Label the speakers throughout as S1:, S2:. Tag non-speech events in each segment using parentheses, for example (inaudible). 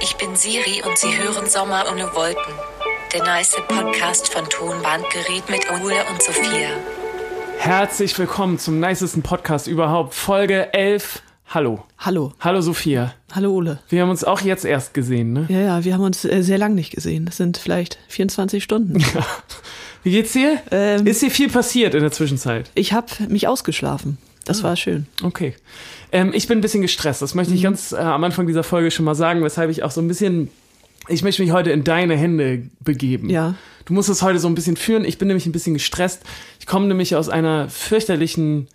S1: Ich bin Siri und Sie hören Sommer ohne Wolken. Der nice Podcast von Tonbandgerät mit Ole und Sophia.
S2: Herzlich willkommen zum nicesten Podcast überhaupt, Folge 11. Hallo.
S3: Hallo.
S2: Hallo Sophia.
S3: Hallo Ole.
S2: Wir haben uns auch jetzt erst gesehen, ne?
S3: Ja, ja, wir haben uns äh, sehr lang nicht gesehen. Das sind vielleicht 24
S2: (laughs)
S3: Stunden.
S2: Wie geht's dir?
S3: Ähm.
S2: Ist dir viel passiert in der Zwischenzeit?
S3: Ich habe mich ausgeschlafen.
S2: Ah.
S3: Das war schön.
S2: Okay. Ähm, ich bin ein bisschen gestresst. Das
S3: Mhm.
S2: möchte ich ganz äh, am Anfang dieser Folge schon mal sagen, weshalb ich auch so ein bisschen. Ich möchte mich heute in deine Hände begeben.
S3: Ja.
S2: Du musst es heute so ein bisschen führen. Ich bin nämlich ein bisschen gestresst. Ich komme nämlich aus einer fürchterlichen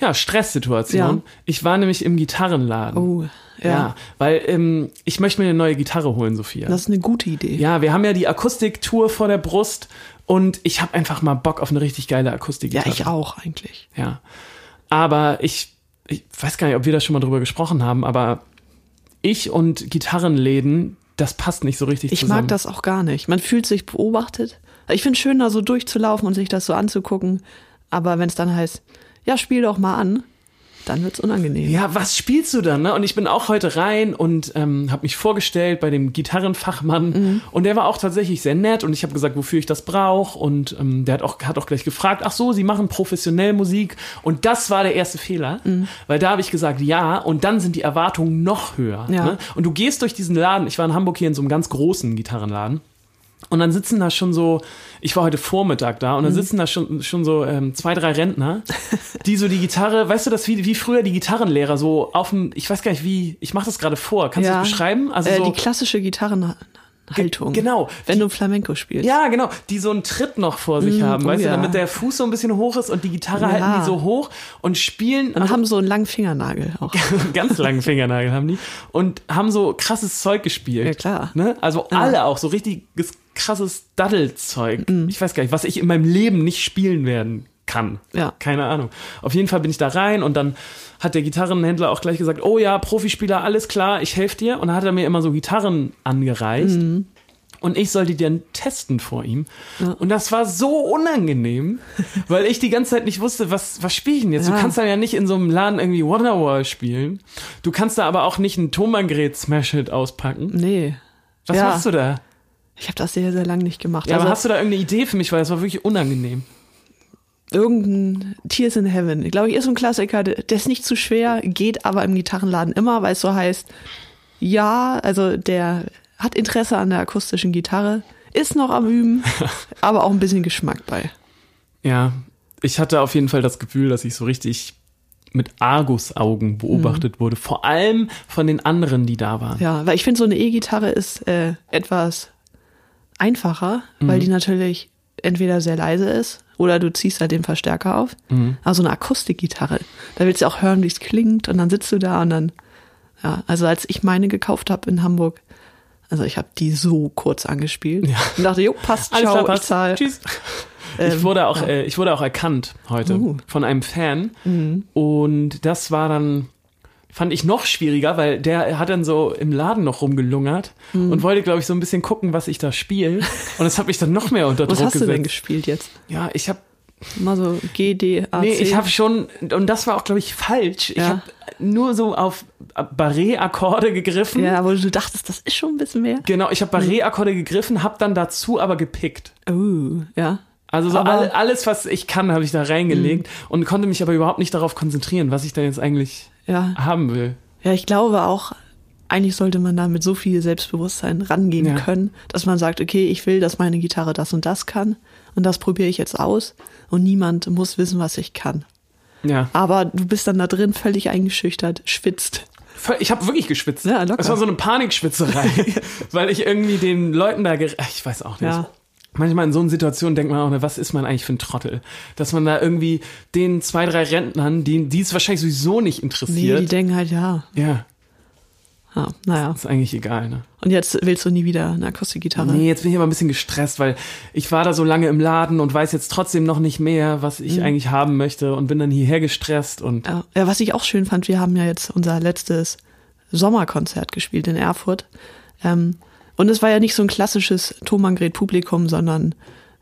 S2: ja, Stresssituation.
S3: Ja.
S2: Ich war nämlich im Gitarrenladen.
S3: Oh, ja.
S2: ja. weil ähm, ich möchte mir eine neue Gitarre holen, Sophia.
S3: Das ist eine gute Idee.
S2: Ja, wir haben ja die Akustiktour vor der Brust und ich habe einfach mal Bock auf eine richtig geile
S3: Ja,
S2: Akustikgitarre.
S3: ich auch eigentlich.
S2: Ja. Aber ich, ich weiß gar nicht, ob wir da schon mal drüber gesprochen haben, aber ich und Gitarrenläden, das passt nicht so richtig
S3: Ich
S2: zusammen.
S3: mag das auch gar nicht. Man fühlt sich beobachtet. Ich finde es schön, da so durchzulaufen und sich das so anzugucken. Aber wenn es dann heißt, ja, spiel doch mal an, dann wird's unangenehm.
S2: Ja, was spielst du dann? Ne? Und ich bin auch heute rein und ähm, habe mich vorgestellt bei dem Gitarrenfachmann und der war auch tatsächlich sehr nett und ich habe gesagt, wofür ich das brauche und ähm, der hat auch, hat auch gleich gefragt, ach so, Sie machen professionell Musik und das war der erste Fehler, weil da habe ich gesagt, ja und dann sind die Erwartungen noch höher.
S3: Ja.
S2: Ne? Und du gehst durch diesen Laden, ich war in Hamburg hier in so einem ganz großen Gitarrenladen und dann sitzen da schon so, ich war heute Vormittag da,
S3: Mhm.
S2: und dann sitzen da schon, schon so ähm, zwei, drei
S3: (laughs)
S2: Rentner, die so die Gitarre, weißt du das, wie, wie früher die Gitarrenlehrer so auf dem, ich weiß gar nicht wie, ich mache das gerade vor, kannst du das beschreiben? Also
S3: äh,
S2: so,
S3: die klassische Gitarrenhaltung.
S2: Ge- genau.
S3: Wenn du Flamenco spielst.
S2: ja, genau, die so einen Tritt noch vor sich haben,
S3: oh
S2: weißt
S3: ja.
S2: du, damit der Fuß so ein bisschen hoch ist und die Gitarre
S3: Ja.
S2: halten die so hoch und spielen also
S3: Und haben so einen langen Fingernagel
S2: (laughs)
S3: auch.
S2: ganz langen Fingernagel haben die und haben so krasses Zeug gespielt.
S3: Ja, klar.
S2: Ne? Also alle auch so richtiges krasses Daddelzeug.
S3: Mhm.
S2: Ich weiß gar nicht, was ich in meinem Leben nicht spielen werden kann.
S3: Ja.
S2: Keine Ahnung. Auf jeden Fall bin ich da rein und dann hat der Gitarrenhändler auch gleich gesagt, oh ja, Profispieler, alles klar, ich helfe dir. Und dann hat er mir immer so Gitarren angereicht.
S3: Mhm.
S2: Und ich sollte die dann testen vor ihm. Und das war so unangenehm, weil ich die ganze Zeit nicht wusste, was, was spiele ich denn jetzt? Du
S3: Ja.
S2: kannst dann ja nicht in so einem Laden irgendwie Wonderwall spielen. Du kannst da aber auch nicht ein Tonbandgerät Smash It auspacken.
S3: Nee.
S2: Was
S3: Ja.
S2: machst du da?
S3: Ich habe das sehr, sehr lang nicht gemacht.
S2: Ja,
S3: Also-
S2: aber hast du da irgendeine Idee für mich? Weil das war wirklich unangenehm.
S3: irgendein Tears in Heaven. Ich glaube, ich ist so ein Klassiker, der der ist nicht zu schwer, geht aber im Gitarrenladen immer, weil es so heißt, ja, also der hat Interesse an der akustischen Gitarre, ist noch am
S2: (laughs)
S3: Üben, aber auch ein bisschen Geschmack bei.
S2: Ja, ich hatte auf jeden Fall das Gefühl, dass ich so richtig mit Argusaugen beobachtet wurde. Vor allem von den anderen, die da waren.
S3: Ja, weil ich finde, so eine E-Gitarre ist äh, etwas einfacher,
S2: Mhm.
S3: weil die natürlich entweder sehr leise ist oder du ziehst halt den Verstärker auf.
S2: Mhm.
S3: Aber so eine Akustikgitarre, da willst du auch hören, wie es klingt und dann sitzt du da und dann, ja, also als ich meine gekauft habe in Hamburg, also ich habe die so kurz angespielt und dachte, jo, passt,
S2: Alles klar,
S3: ciao, ich
S2: passt.
S3: zahl.
S2: Tschüss.
S3: Ähm,
S2: (laughs) ich, wurde auch,
S3: ja.
S2: äh, ich wurde auch erkannt heute
S3: Uh. Mhm.
S2: von einem Fan. Und das war dann, fand ich noch schwieriger, weil der hat dann so im Laden noch rumgelungert
S3: Mhm.
S2: und wollte, glaube ich, so ein bisschen gucken, was ich da spiele. Und das hat mich dann noch mehr unter
S3: (laughs) Was
S2: Druck
S3: hast du
S2: gesetzt.
S3: denn gespielt jetzt?
S2: ja, ich habe
S3: Mal so G, D, A, C.
S2: Nee, ich habe schon, und das war auch, glaube ich, falsch. Ich
S3: Ja.
S2: habe nur so auf Barré-Akkorde gegriffen.
S3: Ja, Mhm. wo du dachtest, das ist schon ein bisschen mehr.
S2: Genau, ich habe Barré-Akkorde gegriffen, habe dann dazu aber gepickt.
S3: Oh, ja.
S2: Also so
S3: Aber- Mhm.
S2: all, alles, was ich kann, habe ich da reingelegt und konnte mich aber überhaupt nicht darauf konzentrieren, was ich da jetzt eigentlich
S3: Ja.
S2: haben will.
S3: Ja, ich glaube auch, eigentlich sollte man da mit so viel Selbstbewusstsein rangehen
S2: Ja.
S3: können, dass man sagt, okay, ich will, dass meine Gitarre das und das kann und das probiere ich jetzt aus und niemand muss wissen, was ich kann.
S2: Ja.
S3: Aber du bist dann da drin völlig eingeschüchtert, schwitzt.
S2: Voll- Ich habe wirklich geschwitzt.
S3: Ja, locker.
S2: Es war so eine
S3: (laughs)
S2: Panikschwitzerei, weil ich irgendwie den Leuten da, ger- ich weiß auch nicht.
S3: Ja.
S2: Manchmal in so einer Situation denkt man auch, ne, was ist man eigentlich für ein Trottel? Dass man da irgendwie den zwei, drei Rentnern, die, die es wahrscheinlich sowieso nicht
S3: Nee, die
S2: interessiert.
S3: denken halt, ja,
S2: ja,
S3: ja, naja.
S2: ist eigentlich egal, ne?
S3: Und jetzt willst du nie wieder eine Akustikgitarre.
S2: Nee, jetzt bin ich aber ein bisschen gestresst, weil ich war da so lange im Laden und weiß jetzt trotzdem noch nicht mehr, was
S3: Mhm.
S2: ich eigentlich haben möchte und bin dann hierher gestresst und
S3: Ja, ja, was ich auch schön fand, wir haben ja jetzt unser letztes Sommerkonzert gespielt in Erfurt. Ähm, und es war ja nicht so ein klassisches Thomangret-Publikum, sondern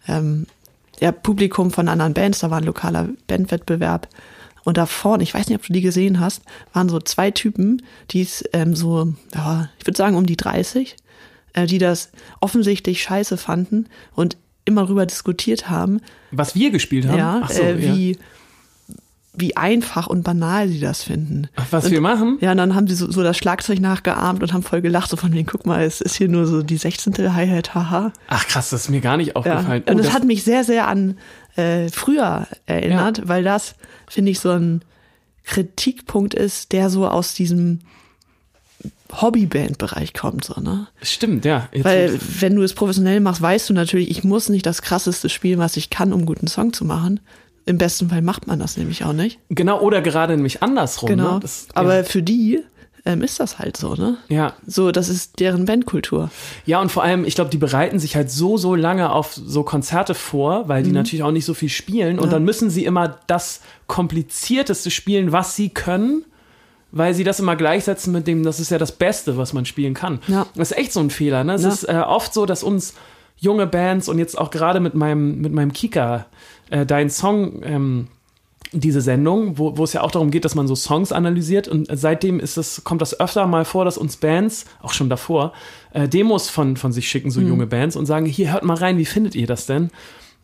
S3: ähm, ja, Publikum von anderen Bands. Da war ein lokaler Bandwettbewerb. Und da vorne, ich weiß nicht, ob du die gesehen hast, waren so zwei Typen, die es ähm, so, ja, ich würde sagen um die 30, äh, die das offensichtlich scheiße fanden und immer drüber diskutiert haben,
S2: Was wir gespielt haben?
S3: ja,
S2: Ach so,
S3: äh,
S2: ja.
S3: wie, wie einfach und banal sie das finden.
S2: Was wir machen?
S3: Ja, und dann haben sie so, so das Schlagzeug nachgeahmt und haben voll gelacht, so von wegen, guck mal, es ist hier nur so die 16. Hi-Hat, haha.
S2: Ach krass, das ist mir gar nicht
S3: Ja.
S2: aufgefallen. Oh,
S3: Und das hat mich sehr, sehr an äh, früher erinnert, weil das, finde ich, so ein Kritikpunkt ist, der so aus diesem Hobbyband-Bereich kommt, so, ne?
S2: stimmt, ja. Jetzt-
S3: Weil wenn du es professionell machst, weißt du natürlich, ich muss nicht das krasseste spielen, was ich kann, um guten Song zu machen. Im besten Fall macht man das nämlich auch nicht.
S2: genau, oder gerade nämlich andersrum.
S3: Genau.
S2: Ne? Das,
S3: Aber
S2: ja.
S3: für die ähm, ist das halt so, ne?
S2: ja,
S3: So, das ist deren Bandkultur.
S2: Ja, und vor allem, ich glaube, die bereiten sich halt so, so lange auf so Konzerte vor, weil
S3: Mhm.
S2: die natürlich auch nicht so viel spielen. Und dann müssen sie immer das Komplizierteste spielen, was sie können, weil sie das immer gleichsetzen mit dem, das ist ja das Beste, was man spielen kann.
S3: Ja.
S2: Das ist echt so ein Fehler. Ne? Es
S3: Ja.
S2: ist äh, oft so, dass uns junge Bands und jetzt auch gerade mit meinem, mit meinem Kika, äh, dein Song, ähm, diese Sendung, wo, wo es ja auch darum geht, dass man so Songs analysiert und seitdem ist das, kommt das öfter mal vor, dass uns Bands, auch schon davor, äh, Demos von, von sich schicken, so junge Bands und sagen, hier hört mal rein, wie findet ihr das denn?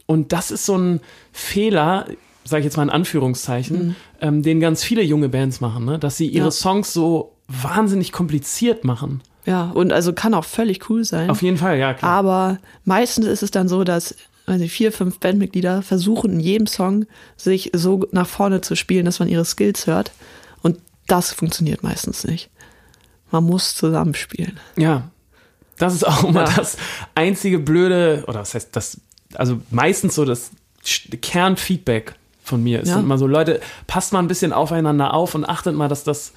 S2: Und das ist so ein Fehler, sage ich jetzt mal in Anführungszeichen, ähm, den ganz viele junge Bands machen, ne? dass sie ihre
S3: Ja.
S2: Songs so wahnsinnig kompliziert machen.
S3: Ja, und also kann auch völlig cool sein.
S2: Auf jeden Fall, ja, klar.
S3: Aber meistens ist es dann so, dass weiß nicht, vier, fünf Bandmitglieder versuchen in jedem Song sich so nach vorne zu spielen, dass man ihre Skills hört. Und das funktioniert meistens nicht. Man muss zusammenspielen.
S2: Ja. Das ist auch immer
S3: Ja.
S2: das einzige blöde, oder was heißt das, also meistens so das Sch- Kernfeedback von mir ist
S3: Ja.
S2: dann immer so, Leute, passt mal ein bisschen aufeinander auf und achtet mal, dass das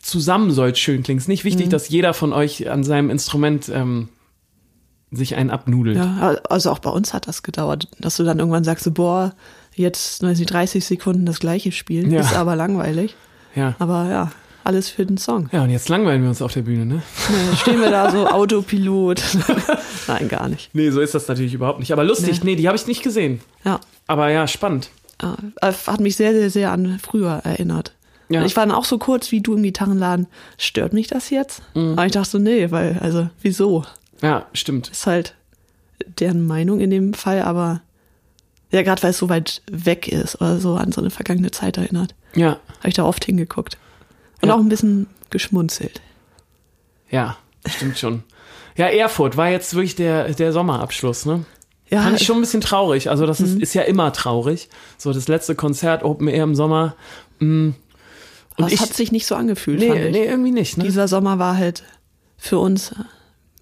S2: zusammen soll schön klingt. Ist nicht
S3: Mhm.
S2: wichtig, dass jeder von euch an seinem Instrument ähm, sich einen abnudelt.
S3: Ja, also auch bei uns hat das gedauert, dass du dann irgendwann sagst, so, boah, jetzt weiß nicht, 30 Sekunden das gleiche Spiel,
S2: Ja.
S3: ist aber langweilig.
S2: Ja.
S3: Aber ja, alles für den Song.
S2: Ja, und jetzt langweilen wir uns auf der Bühne, ne?
S3: Dann stehen wir
S2: (laughs)
S3: da so Autopilot. (laughs) Nein, gar nicht.
S2: Nee, so ist das natürlich überhaupt nicht. Aber lustig, nee, die habe ich nicht gesehen.
S3: Ja,
S2: Aber ja, spannend.
S3: ja. Äh, hat mich sehr, sehr, sehr an früher erinnert.
S2: Ja.
S3: Und Ich war dann auch so kurz wie du im Gitarrenladen. Stört mich das jetzt?
S2: Mhm.
S3: Aber ich dachte so, nee, weil, also, wieso?
S2: Ja, stimmt.
S3: Ist halt deren Meinung in dem Fall, aber ja, gerade weil es so weit weg ist oder so an so eine vergangene Zeit erinnert,
S2: Ja,
S3: habe ich da oft hingeguckt. Und
S2: Ja.
S3: auch ein bisschen geschmunzelt.
S2: ja, stimmt schon. Ja, Erfurt war jetzt wirklich der, der Sommerabschluss, ne?
S3: Ja,
S2: Fand ich schon ein bisschen traurig. Also, das
S3: Mhm.
S2: ist, ist ja immer traurig. So, das letzte Konzert, Open Air im Sommer.
S3: aber es
S2: ich-
S3: hat sich nicht so angefühlt, fand
S2: Nee,
S3: ich.
S2: nee irgendwie nicht, ne?
S3: Dieser Sommer war halt für uns,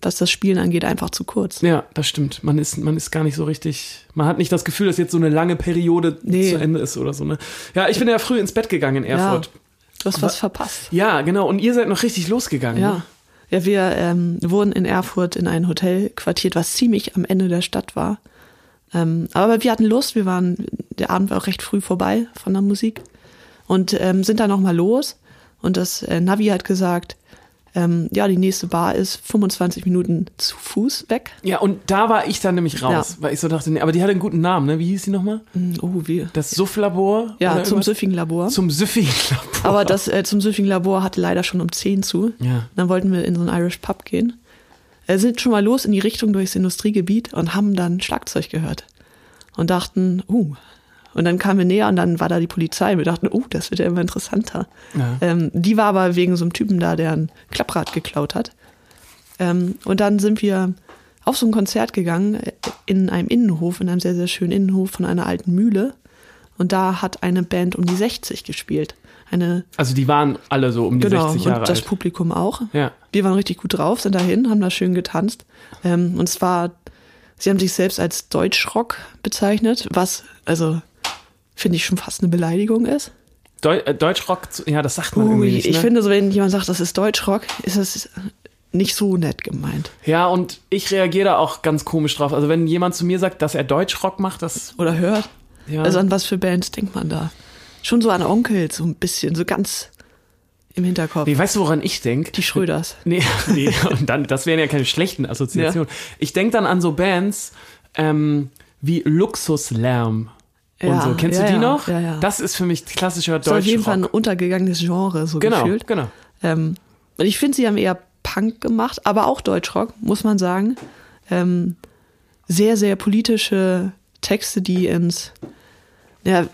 S3: was das Spielen angeht, einfach zu kurz.
S2: Ja, das stimmt. Man ist, man ist gar nicht so richtig. Man hat nicht das Gefühl, dass jetzt so eine lange Periode
S3: Nee.
S2: zu Ende ist oder so, ne? Ja, ich bin ja früh ins Bett gegangen in Erfurt.
S3: Du hast was verpasst.
S2: Ja, genau. Und ihr seid noch richtig losgegangen.
S3: Ja.
S2: Ne?
S3: Ja, wir ähm, wurden in Erfurt in ein Hotel quartiert, was ziemlich am Ende der Stadt war. Ähm, aber wir hatten Lust, wir waren, der Abend war auch recht früh vorbei von der Musik und ähm, sind dann nochmal los. Und das äh, Navi hat gesagt, ähm, ja, die nächste Bar ist 25 Minuten zu Fuß weg.
S2: Ja, und da war ich dann nämlich raus, weil ich so dachte, nee, aber die hatte einen guten Namen, ne? Wie hieß die nochmal?
S3: Hm, Oh, wir.
S2: Das Sufflabor?
S3: Ja,
S2: oder
S3: zum
S2: irgendwas?
S3: süffigen Labor.
S2: Zum Süffi-Labor.
S3: aber das äh, zum süffigen Labor hatte leider schon um 10 zu.
S2: Ja.
S3: Dann wollten wir in so einen Irish Pub gehen. Äh, sind schon mal los in die Richtung durchs Industriegebiet und haben dann Schlagzeug gehört. Und dachten, uh. Und dann kamen wir näher und dann war da die Polizei. Wir dachten, oh, das wird ja immer interessanter.
S2: Ja.
S3: Ähm, die war aber wegen so einem Typen da, der ein Klapprad geklaut hat. Ähm, und dann sind wir auf so ein Konzert gegangen äh, in einem Innenhof, in einem sehr, sehr schönen Innenhof von einer alten Mühle. Und da hat eine Band um die 60 gespielt. Eine
S2: Also die waren alle so um die
S3: Genau,
S2: 60 Jahre
S3: und das
S2: alt.
S3: Publikum auch.
S2: Ja.
S3: Wir waren richtig gut drauf, sind dahin, haben da schön getanzt. Ähm, und zwar, sie haben sich selbst als Deutschrock bezeichnet, was, also, finde ich schon fast eine Beleidigung ist.
S2: Deu äh, Deutschrock, zu- ja, das sagt man
S3: Ui,
S2: irgendwie nicht, ne?
S3: ich finde so, wenn jemand sagt, das ist Deutschrock, ist das nicht so nett gemeint.
S2: Ja, und ich reagiere da auch ganz komisch drauf. Also wenn jemand zu mir sagt, dass er Deutschrock macht, das
S3: Oder hört.
S2: Ja.
S3: Also an was für Bands denkt man da? Schon so an Onkel, so ein bisschen, so ganz im Hinterkopf.
S2: Nee, weißt du, woran ich denke?
S3: Die Schröders.
S2: (laughs) Nee, nee, und dann, das wären ja keine schlechten Assoziationen. Ich denke dann an so Bands ähm, wie Luxuslärm. und
S3: Ja,
S2: so. Kennst
S3: ja,
S2: du die
S3: ja,
S2: noch?
S3: ja, ja.
S2: Das ist für mich klassischer
S3: ist auf
S2: deutscher
S3: jeden Fall ein
S2: Rock.
S3: untergegangenes Genre, so
S2: Genau,
S3: gefühlt.
S2: genau.
S3: Ähm, und ich finde, sie haben eher Punk gemacht, aber auch Deutschrock, muss man sagen. Ähm, sehr, sehr politische Texte, die ins, ja,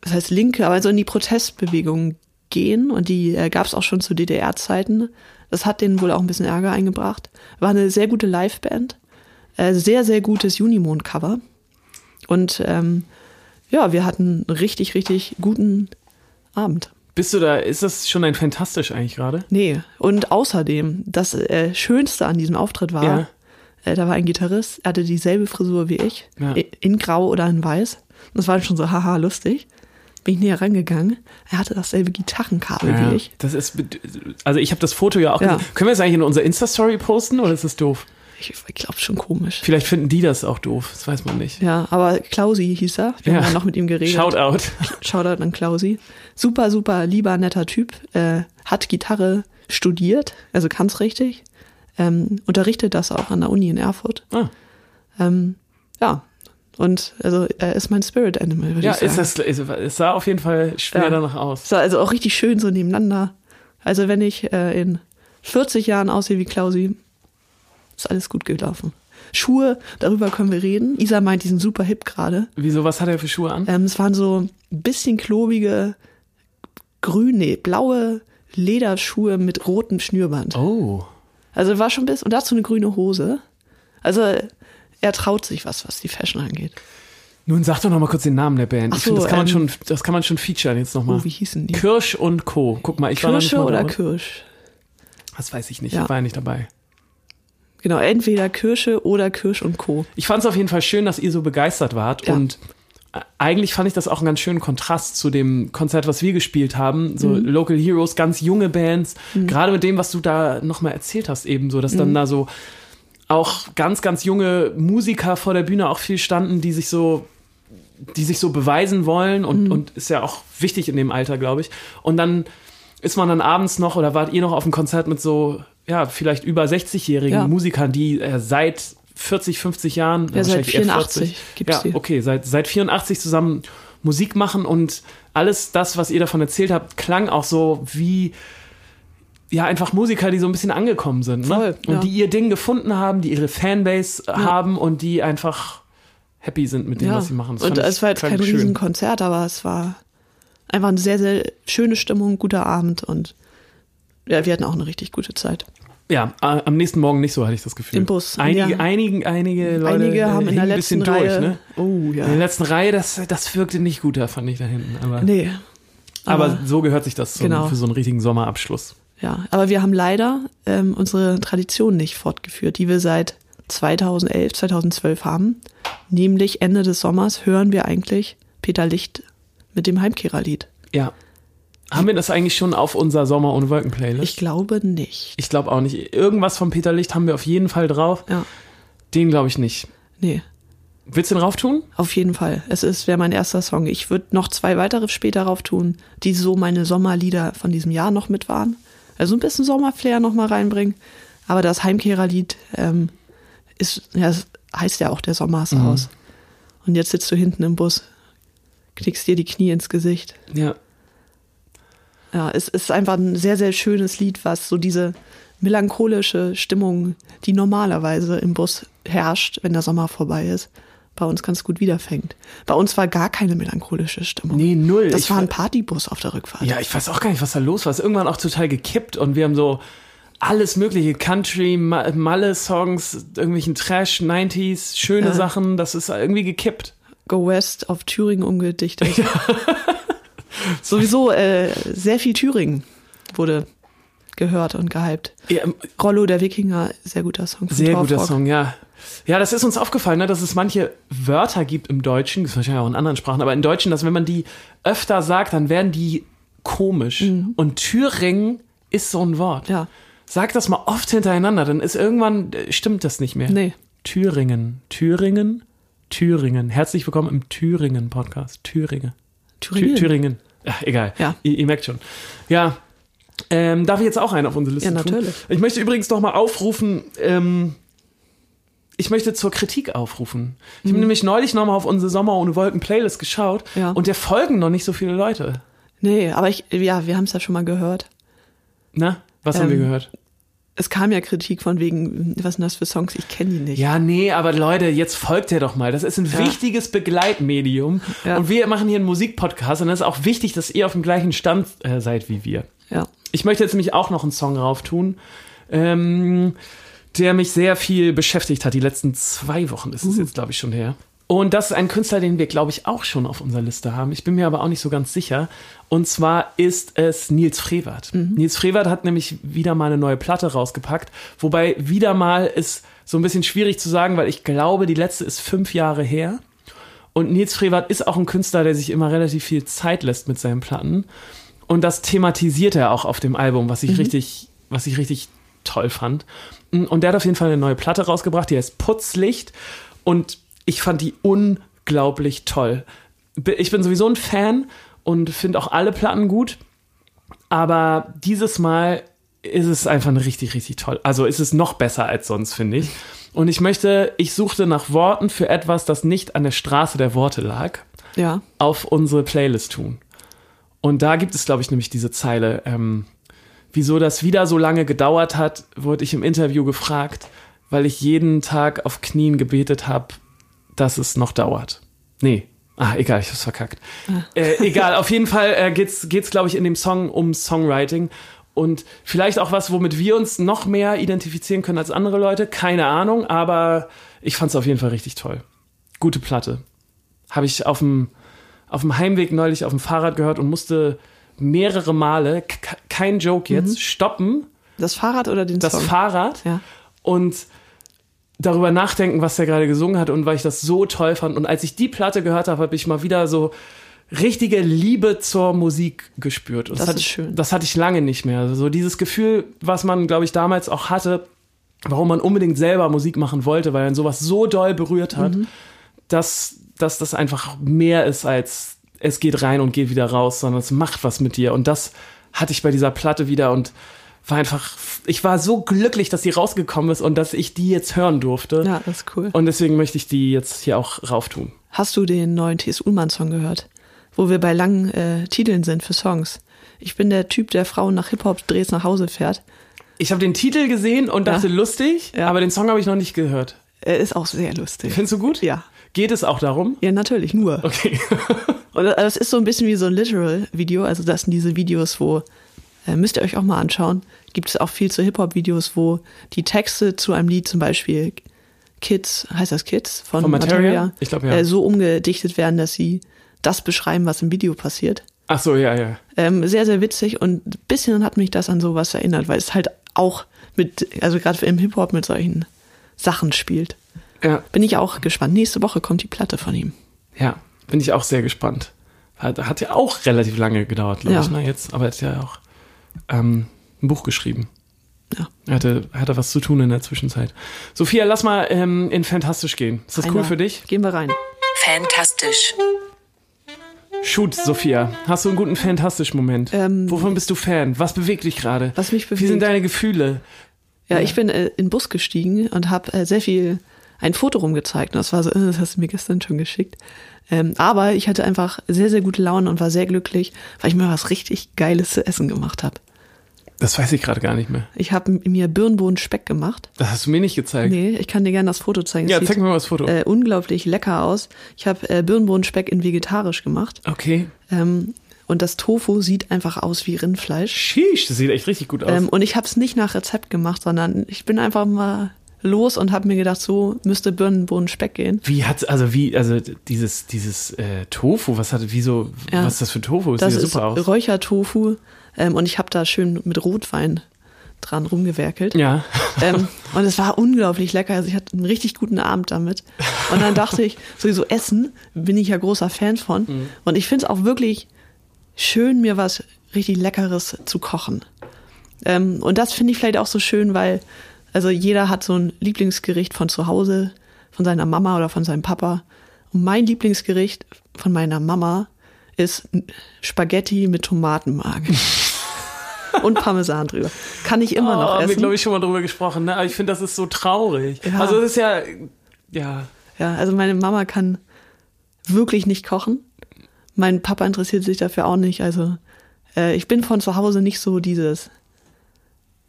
S3: was heißt Linke, aber so in die Protestbewegung gehen. Und die äh, gab es auch schon zu DDR-Zeiten. Das hat denen wohl auch ein bisschen Ärger eingebracht. War eine sehr gute Liveband. Äh, sehr, sehr gutes Junimond-Cover. Und ähm, ja, wir hatten einen richtig, richtig guten Abend.
S2: Bist du da, ist das schon ein fantastisch eigentlich gerade?
S3: Nee, und außerdem, das äh, Schönste an diesem Auftritt war,
S2: Ja.
S3: äh, da war ein Gitarrist, er hatte dieselbe Frisur wie ich,
S2: Ja.
S3: i- in grau oder in weiß. Und das war schon so, haha, lustig. Bin ich näher rangegangen, er hatte dasselbe Gitarrenkabel
S2: Ja,
S3: wie ich.
S2: Das ist, also ich habe das Foto ja auch
S3: Ja.
S2: gesehen. Können wir das eigentlich in unserer Insta-Story posten oder ist das doof?
S3: Ich, ich glaube schon komisch.
S2: Vielleicht finden die das auch doof, das weiß man nicht.
S3: Ja, aber Klausi hieß er, wir
S2: Ja.
S3: haben ja noch mit ihm geredet.
S2: Shout out.
S3: Shoutout an Klausi. Super, super lieber, netter Typ. Äh, hat Gitarre studiert, also kann's richtig. Ähm, unterrichtet das auch an der Uni in Erfurt.
S2: Ah.
S3: Ähm, ja, und also er ist mein Spirit Animal, würde
S2: Ja,
S3: ich sagen.
S2: ist das, ist, es sah auf jeden Fall schwer
S3: Ja.
S2: danach aus.
S3: Ist also auch richtig schön so nebeneinander. Also wenn ich äh, in 40 Jahren aussehe wie Klausi, ist alles gut gelaufen. Schuhe, darüber können wir reden. Isa meint, die sind super hip gerade.
S2: Wieso, was hat er für Schuhe an?
S3: Ähm, es waren so ein bisschen klobige, grüne, blaue Lederschuhe mit rotem Schnürband.
S2: Oh.
S3: Also war schon bis und dazu eine grüne Hose. Also er traut sich was, was die Fashion angeht.
S2: Nun sag doch noch mal kurz den Namen der Band.
S3: Ach
S2: ich finde,
S3: so,
S2: das kann man
S3: ähm,
S2: schon, das kann man schon featuren jetzt noch mal.
S3: Oh, wie hießen die?
S2: Kirsch und Co. Guck mal, ich war da nicht
S3: Kirsche
S2: mal
S3: oder
S2: dabei.
S3: Kirsch?
S2: Das weiß ich nicht,
S3: Ja.
S2: ich war ja nicht dabei.
S3: Genau, entweder Kirsche oder Kirsch und Co.
S2: Ich fand es auf jeden Fall schön, dass ihr so begeistert wart.
S3: Ja.
S2: Und äh, eigentlich fand ich das auch einen ganz schönen Kontrast zu dem Konzert, was wir gespielt haben. So Local Heroes, ganz junge Bands. Gerade mit dem, was du da nochmal erzählt hast, eben so, dass dann da so auch ganz, ganz junge Musiker vor der Bühne auch viel standen, die sich so die sich so beweisen wollen und, und ist ja auch wichtig in dem Alter, glaube ich. Und dann ist man dann abends noch oder wart ihr noch auf dem Konzert mit so, ja, vielleicht über 60-jährigen
S3: Ja.
S2: Musikern, die äh, seit 40, 50 Jahren,
S3: Ja, seit
S2: wahrscheinlich eher
S3: 84 gibt's
S2: ja,
S3: die.
S2: okay, seit, seit 84 zusammen Musik machen und alles das, was ihr davon erzählt habt, klang auch so wie, ja, einfach Musiker, die so ein bisschen angekommen sind, ne?
S3: Voll, ja.
S2: Und die ihr Ding gefunden haben, die ihre Fanbase haben und die einfach happy sind mit dem, was sie machen. Das
S3: und
S2: fand
S3: es
S2: ich
S3: war jetzt kein
S2: fand ich schön.
S3: Riesenkonzert, aber es war einfach eine sehr, sehr schöne Stimmung, guter Abend und ja, wir hatten auch eine richtig gute Zeit.
S2: Ja, äh, am nächsten Morgen nicht so, hatte ich das Gefühl.
S3: Im Bus,
S2: Einige,
S3: ja.
S2: einige, einige Leute
S3: Einige haben
S2: äh,
S3: in der
S2: hingen ein
S3: letzten
S2: bisschen
S3: Reihe.
S2: durch, ne?
S3: Oh ja.
S2: In der letzten Reihe, das, das wirkte nicht gut, da fand ich da hinten. Aber,
S3: Nee.
S2: aber, so gehört sich das so
S3: Genau.
S2: für so einen richtigen Sommerabschluss.
S3: ja, aber wir haben leider ähm, unsere Tradition nicht fortgeführt, die wir seit 2011, 2012 haben. Nämlich Ende des Sommers hören wir eigentlich Peter Licht mit dem Heimkehrerlied.
S2: Ja. Haben wir das eigentlich schon auf unserer Sommer ohne Wolken Playlist?
S3: Ich glaube nicht.
S2: Ich glaube auch nicht. Irgendwas von Peter Licht haben wir auf jeden Fall drauf.
S3: Ja,
S2: Den glaube ich nicht.
S3: nee.
S2: Willst du den rauf tun?
S3: Auf jeden Fall. Es ist wäre mein erster Song. Ich würde noch zwei weitere später drauf tun, die so meine Sommerlieder von diesem Jahr noch mit waren. Also ein bisschen Sommerflair noch mal reinbringen. Aber das Heimkehrerlied ähm, ist, ja, es heißt ja auch der Sommer ist aus. Und jetzt sitzt du hinten im Bus, knickst dir die Knie ins Gesicht.
S2: Ja.
S3: Ja, es ist einfach ein sehr, sehr schönes Lied, was so diese melancholische Stimmung, die normalerweise im Bus herrscht, wenn der Sommer vorbei ist, bei uns ganz gut wiederfängt. Bei uns war gar keine melancholische Stimmung.
S2: Nee, null.
S3: Das
S2: Ich
S3: war
S2: fa-
S3: ein Partybus auf der Rückfahrt.
S2: Ja, ich weiß auch gar nicht, was da los war. Ist irgendwann auch total gekippt und wir haben so alles mögliche Country, Ma- Malle-Songs, irgendwelchen Trash, 90s, schöne
S3: Ja.
S2: Sachen. Das ist irgendwie gekippt.
S3: Go West auf Thüringen umgedichtet. (laughs) Sowieso äh, sehr viel Thüringen wurde gehört und gehypt.
S2: Ja, ähm,
S3: Rollo der Wikinger, sehr guter Song. Von
S2: sehr guter
S3: Torfrock.
S2: Song, ja. Ja, das ist uns aufgefallen, ne, dass es manche Wörter gibt im Deutschen, das ist wahrscheinlich auch in anderen Sprachen, aber im Deutschen, dass wenn man die öfter sagt, dann werden die komisch. Und Thüringen ist so ein Wort.
S3: Mhm. Ja.
S2: Sag das mal oft hintereinander, dann ist irgendwann äh, stimmt das nicht mehr.
S3: Nee.
S2: Thüringen, Thüringen, Thüringen. Herzlich willkommen im Thüringen Podcast. Thüringen.
S3: Thüringen.
S2: Thü- Thüringen. Ach, egal.
S3: Ja.
S2: Ihr, ihr merkt schon. Ja. Ähm, darf ich jetzt auch einen auf unsere Liste
S3: Ja,
S2: tun?
S3: natürlich.
S2: Ich möchte übrigens noch mal aufrufen, ähm, ich möchte zur Kritik aufrufen. Ich habe nämlich neulich nochmal auf unsere Sommer ohne Wolken Playlist geschaut
S3: Mhm. Ja.
S2: und der folgen noch nicht so viele Leute.
S3: Nee, aber ich, ja, wir haben es ja schon mal gehört.
S2: Na, Ne? was haben
S3: Ähm,
S2: wir gehört?
S3: Es kam ja Kritik von wegen, was sind das für Songs? Ich kenne die nicht.
S2: Ja, nee, aber Leute, jetzt folgt ihr doch mal. Das ist ein
S3: Ja.
S2: wichtiges Begleitmedium.
S3: Ja.
S2: Und wir machen hier einen Musikpodcast und es ist auch wichtig, dass ihr auf dem gleichen Stand äh, seid wie wir.
S3: Ja.
S2: Ich möchte jetzt nämlich auch noch einen Song rauf tun, ähm, der mich sehr viel beschäftigt hat. Die letzten zwei Wochen ist es jetzt, glaube ich, schon her. Und das ist ein Künstler, den wir, glaube ich, auch schon auf unserer Liste haben. Ich bin mir aber auch nicht so ganz sicher. Und zwar ist es Nils Frevert. Nils Frevert hat nämlich wieder mal eine neue Platte rausgepackt. Wobei wieder mal ist so ein bisschen schwierig zu sagen, weil ich glaube, die letzte ist fünf Jahre her. Und Nils Frevert ist auch ein Künstler, der sich immer relativ viel Zeit lässt mit seinen Platten. Und das thematisiert er auch auf dem Album, was ich richtig, was ich richtig toll fand. Und der hat auf jeden Fall eine neue Platte rausgebracht, die heißt Putzlicht. Und ich fand die unglaublich toll. Bi- Ich bin sowieso ein Fan und finde auch alle Platten gut. Aber dieses Mal ist es einfach richtig, richtig toll. Also ist es noch besser als sonst, finde ich. Und ich möchte, ich suchte nach Worten für etwas, das nicht an der Straße der Worte lag
S3: Ja.
S2: auf unsere Playlist tun. Und da gibt es, glaube ich, nämlich diese Zeile. Ähm, wieso das wieder so lange gedauert hat, wurde ich im Interview gefragt, weil ich jeden Tag auf Knien gebetet habe, dass es noch dauert. Nee. Ah, egal, ich hab's verkackt. Äh, egal, auf jeden Fall äh, geht's, geht's glaube ich, in dem Song um Songwriting. Und vielleicht auch was, womit wir uns noch mehr identifizieren können als andere Leute. Keine Ahnung, aber ich fand's auf jeden Fall richtig toll. Gute Platte. Habe ich auf dem auf dem Heimweg neulich auf dem Fahrrad gehört und musste mehrere Male, k- k- kein Joke
S3: Mhm.
S2: jetzt, stoppen,
S3: Das Fahrrad oder den
S2: das
S3: Song?
S2: Fahrrad
S3: Ja.
S2: und darüber nachdenken, was der gerade gesungen hat und weil ich das so toll fand. Und als ich die Platte gehört habe, habe ich mal wieder so richtige Liebe zur Musik gespürt. Und
S3: Das
S2: hatte
S3: ist
S2: ich-
S3: schön.
S2: Das hatte ich lange nicht mehr. So dieses Gefühl, was man, glaube ich, damals auch hatte, warum man unbedingt selber Musik machen wollte, weil dann sowas so doll berührt
S3: Mhm.
S2: hat, dass, dass das einfach mehr ist als es geht rein und geht wieder raus, sondern es macht was mit dir. Und das hatte ich bei dieser Platte wieder und war einfach, ich war so glücklich, dass die rausgekommen ist und dass ich die jetzt hören durfte.
S3: Ja, das ist cool.
S2: Und deswegen möchte ich die jetzt hier auch rauf tun.
S3: Hast du den neuen T.S. Ullmann-Song gehört? Wo wir bei langen äh, Titeln sind für Songs. Ich bin der Typ, der Frauen nach Hip-Hop-Drehs nach Hause fährt.
S2: Ich habe den Titel gesehen und dachte lustig,
S3: Ja.
S2: aber den Song habe ich noch nicht gehört.
S3: Äh, ist auch sehr lustig.
S2: Findest du gut?
S3: Ja.
S2: Geht es auch darum?
S3: Ja, natürlich, nur.
S2: Okay. (laughs)
S3: Und das ist so ein bisschen wie so ein Literal-Video. Also das sind diese Videos, wo, äh, müsst ihr euch auch mal anschauen, gibt es auch viel zu Hip-Hop-Videos, wo die Texte zu einem Lied zum Beispiel Kids, heißt das Kids? Von,
S2: Von Materia? Ich glaub, ja.
S3: Äh, so umgedichtet werden, dass sie das beschreiben, was im Video passiert.
S2: Ach so, ja, ja.
S3: Ähm, sehr, sehr witzig und ein bisschen hat mich das an sowas erinnert, weil es halt auch mit, also gerade im Hip-Hop mit solchen Sachen spielt.
S2: Ja,
S3: Bin ich auch gespannt. Nächste Woche kommt die Platte von ihm.
S2: ja. Bin ich auch sehr gespannt. Hat, hat ja auch relativ lange gedauert, glaube
S3: Ja.
S2: ich, ne, jetzt. Aber er hat ja auch ähm, ein Buch geschrieben.
S3: Ja.
S2: Er hatte, hatte was zu tun in der Zwischenzeit. Sophia, lass mal ähm, in Fantastisch gehen. Ist das cool
S3: Einer.
S2: für dich?
S3: Gehen wir rein.
S1: Fantastisch.
S2: Shoot, Sophia. Hast du einen guten Fantastisch-Moment?
S3: Ähm,
S2: Wovon bist du Fan? Was bewegt dich gerade?
S3: Was mich
S2: Wie
S3: bewegt?
S2: sind deine Gefühle?
S3: Ja, ich bin äh, in den Bus gestiegen und habe äh, sehr viel ein Foto rumgezeigt. Und das war so, äh, das hast du mir gestern schon geschickt. Ähm, aber ich hatte einfach sehr, sehr gute Laune und war sehr glücklich, weil ich mir was richtig Geiles zu essen gemacht habe.
S2: Das weiß ich gerade gar nicht mehr.
S3: Ich habe mir Birnbohnen-Speck gemacht.
S2: Das hast du mir nicht gezeigt.
S3: Nee, ich kann dir gerne das Foto zeigen. Es
S2: ja,
S3: sieht,
S2: zeig mir mal das Foto.
S3: Äh, unglaublich lecker aus. Ich habe äh, Birnbohnenspeck in vegetarisch gemacht.
S2: okay.
S3: Ähm, und das Tofu sieht einfach aus wie Rindfleisch.
S2: Sheesh, das sieht echt richtig gut aus.
S3: Ähm, und ich habe es nicht nach Rezept gemacht, sondern ich bin einfach mal los und habe mir gedacht, so müsste Birnenbohnen Speck gehen.
S2: Wie hat's, also wie, also dieses, dieses äh, Tofu, was hat, wieso,
S3: Ja.
S2: was ist das für ein Tofu?
S3: Das
S2: sieht ja
S3: ist
S2: super aus.
S3: Räuchertofu ähm, und ich habe da schön mit Rotwein dran rumgewerkelt.
S2: Ja.
S3: Ähm, und es war unglaublich lecker. Also ich hatte einen richtig guten Abend damit. Und dann dachte ich, sowieso Essen bin ich ja großer Fan von.
S2: Mhm.
S3: Und ich finde es auch wirklich schön, mir was richtig Leckeres zu kochen. Ähm, und das finde ich vielleicht auch so schön, weil also jeder hat so ein Lieblingsgericht von zu Hause, von seiner Mama oder von seinem Papa. Und mein Lieblingsgericht
S2: (laughs)
S3: von meiner Mama ist Spaghetti mit Tomatenmagen. und Parmesan drüber. Kann ich immer noch
S2: Oh, haben wir,
S3: essen.
S2: glaube ich, schon mal drüber gesprochen, ne? Aber ich finde, das ist so traurig.
S3: Ja.
S2: Also es ist ja, ja,
S3: Ja, also meine Mama kann wirklich nicht kochen. Mein Papa interessiert sich dafür auch nicht. Also äh, ich bin von zu Hause nicht so dieses,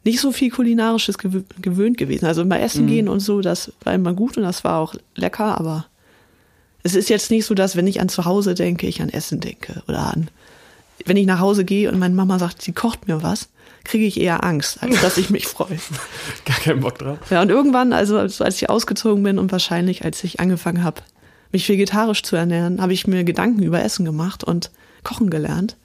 S3: nicht so viel kulinarisches gewö gewöhnt gewesen. Also immer essen gehen und so, das war immer gut und das war auch lecker, aber es ist jetzt nicht so, dass wenn ich an zu Hause denke, ich an Essen denke oder an, wenn ich nach Hause gehe und meine Mama sagt, sie kocht mir was, kriege ich eher Angst, als dass ich mich freue.
S2: gar keinen Bock drauf.
S3: Ja, und irgendwann, also als als ich ausgezogen bin und wahrscheinlich als ich angefangen habe, mich vegetarisch zu ernähren, habe ich mir Gedanken über Essen gemacht und kochen gelernt.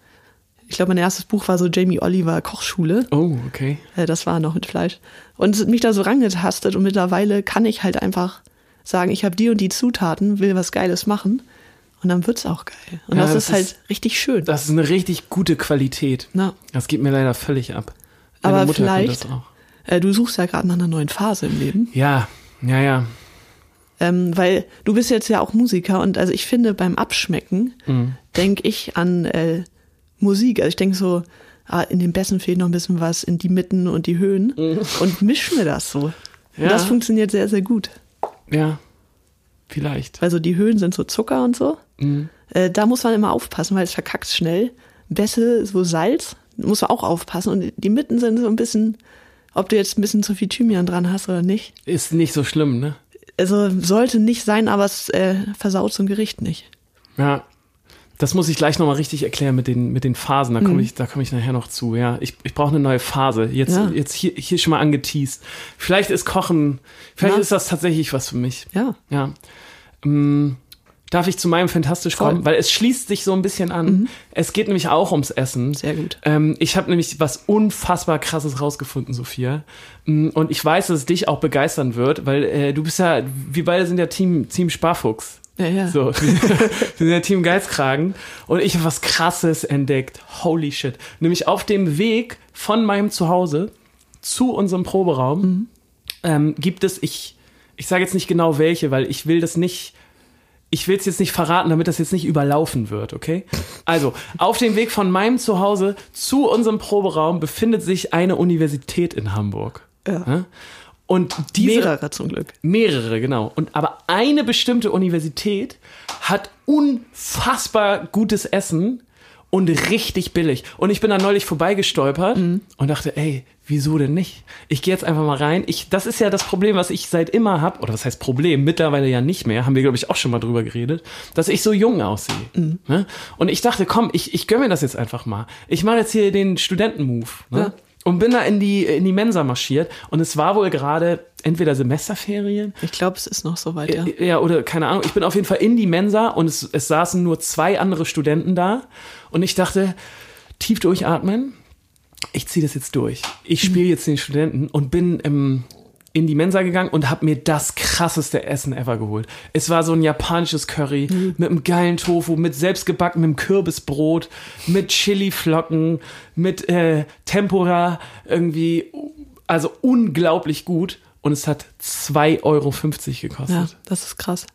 S3: Ich glaube, mein erstes Buch war so Jamie Oliver Kochschule.
S2: Oh, okay.
S3: Äh, Das war noch mit Fleisch. Und mich da so rangetastet und mittlerweile kann ich halt einfach sagen, ich habe die und die Zutaten, will was Geiles machen und dann wird's auch geil. Und
S2: Ja,
S3: das,
S2: das
S3: ist halt
S2: ist-
S3: richtig schön.
S2: Das ist eine richtig gute Qualität.
S3: Na.
S2: Das geht mir leider völlig ab.
S3: Aber
S2: kann
S3: vielleicht,
S2: das auch.
S3: äh, du suchst ja gerade nach einer neuen Phase im Leben.
S2: Ja, ja, ja.
S3: Ähm, weil du bist jetzt ja auch Musiker und also ich finde beim Abschmecken denk ich an äh, Musik. Also ich denk so, ah, in den Bässen fehlt noch ein bisschen was, in die Mitten und die Höhen und misch mir das so.
S2: Ja.
S3: Und das funktioniert sehr, sehr gut.
S2: Ja, vielleicht.
S3: Weil so die Höhen sind so Zucker und so. Äh, da muss man immer aufpassen, weil es verkackt schnell. Bässe, so Salz, muss man auch aufpassen. Und die Mitten sind so ein bisschen, ob du jetzt ein bisschen zu viel Thymian dran hast oder nicht.
S2: Ist nicht so schlimm, ne?
S3: Also sollte nicht sein, aber es äh, versaut so ein Gericht nicht.
S2: Ja. Das muss ich gleich nochmal richtig erklären mit den, mit den Phasen. Da komme
S3: Mhm.
S2: ich, da komme ich nachher noch zu. Ja, ich, ich brauche eine neue Phase. Jetzt,
S3: Ja.
S2: jetzt hier, hier schon mal angeteased. Vielleicht ist Kochen, vielleicht
S3: Ja.
S2: ist das tatsächlich was für mich.
S3: Ja.
S2: Ja. Ähm, darf ich zu meinem Fantastisch
S3: Voll. Mhm.
S2: kommen? Weil es schließt sich so ein bisschen an. Es geht nämlich auch ums Essen.
S3: Sehr gut.
S2: Ähm, ich habe nämlich was unfassbar krasses rausgefunden, Sophia. Mm, Und ich weiß, dass es dich auch begeistern wird, weil äh, du bist ja, wir beide sind ja Team, Team Sparfuchs.
S3: Ja, ja.
S2: So, (laughs) wir sind ja Team Geizkragen. Und ich habe was krasses entdeckt. Holy shit. Nämlich auf dem Weg von meinem Zuhause zu unserem Proberaum
S3: Mhm.
S2: ähm, gibt es, ich, ich sage jetzt nicht genau welche, weil ich will das nicht, ich will es jetzt nicht verraten, damit das jetzt nicht überlaufen wird, okay? Also, auf dem Weg von meinem Zuhause zu unserem Proberaum befindet sich eine Universität in Hamburg.
S3: Ja.
S2: Ja? Und diese,
S3: Mehrere zum Glück.
S2: Mehrere, genau. Und aber eine bestimmte Universität hat unfassbar gutes Essen und richtig billig. Und ich bin da neulich vorbeigestolpert und dachte, ey, wieso denn nicht? Ich gehe jetzt einfach mal rein. Ich, das ist ja das Problem, was ich seit immer habe, oder was heißt Problem, mittlerweile ja nicht mehr, haben wir, glaube ich, auch schon mal drüber geredet, dass ich so jung aussehe. Ne? Und ich dachte, komm, ich, ich gönn mir das jetzt einfach mal. Ich mache jetzt hier den Studenten-Move. Ne?
S3: Ja.
S2: Und bin da in die, in die Mensa marschiert und es war wohl gerade entweder Semesterferien
S3: Ich glaube, es ist noch so weit, ja.
S2: Äh, ja, oder keine Ahnung. Ich bin auf jeden Fall in die Mensa und es, es saßen nur zwei andere Studenten da. Und ich dachte, tief durchatmen. Ich ziehe das jetzt durch. Ich spiele jetzt den Studenten und bin ähm, in die Mensa gegangen und habe mir das krasseste Essen ever geholt. Es war so ein japanisches Curry
S3: Mhm.
S2: mit einem geilen Tofu, mit selbstgebackenem Kürbisbrot, mit Chiliflocken, mit äh, Tempura irgendwie. Also unglaublich gut. Und es hat 2,50 Euro gekostet.
S3: Ja, das ist krass.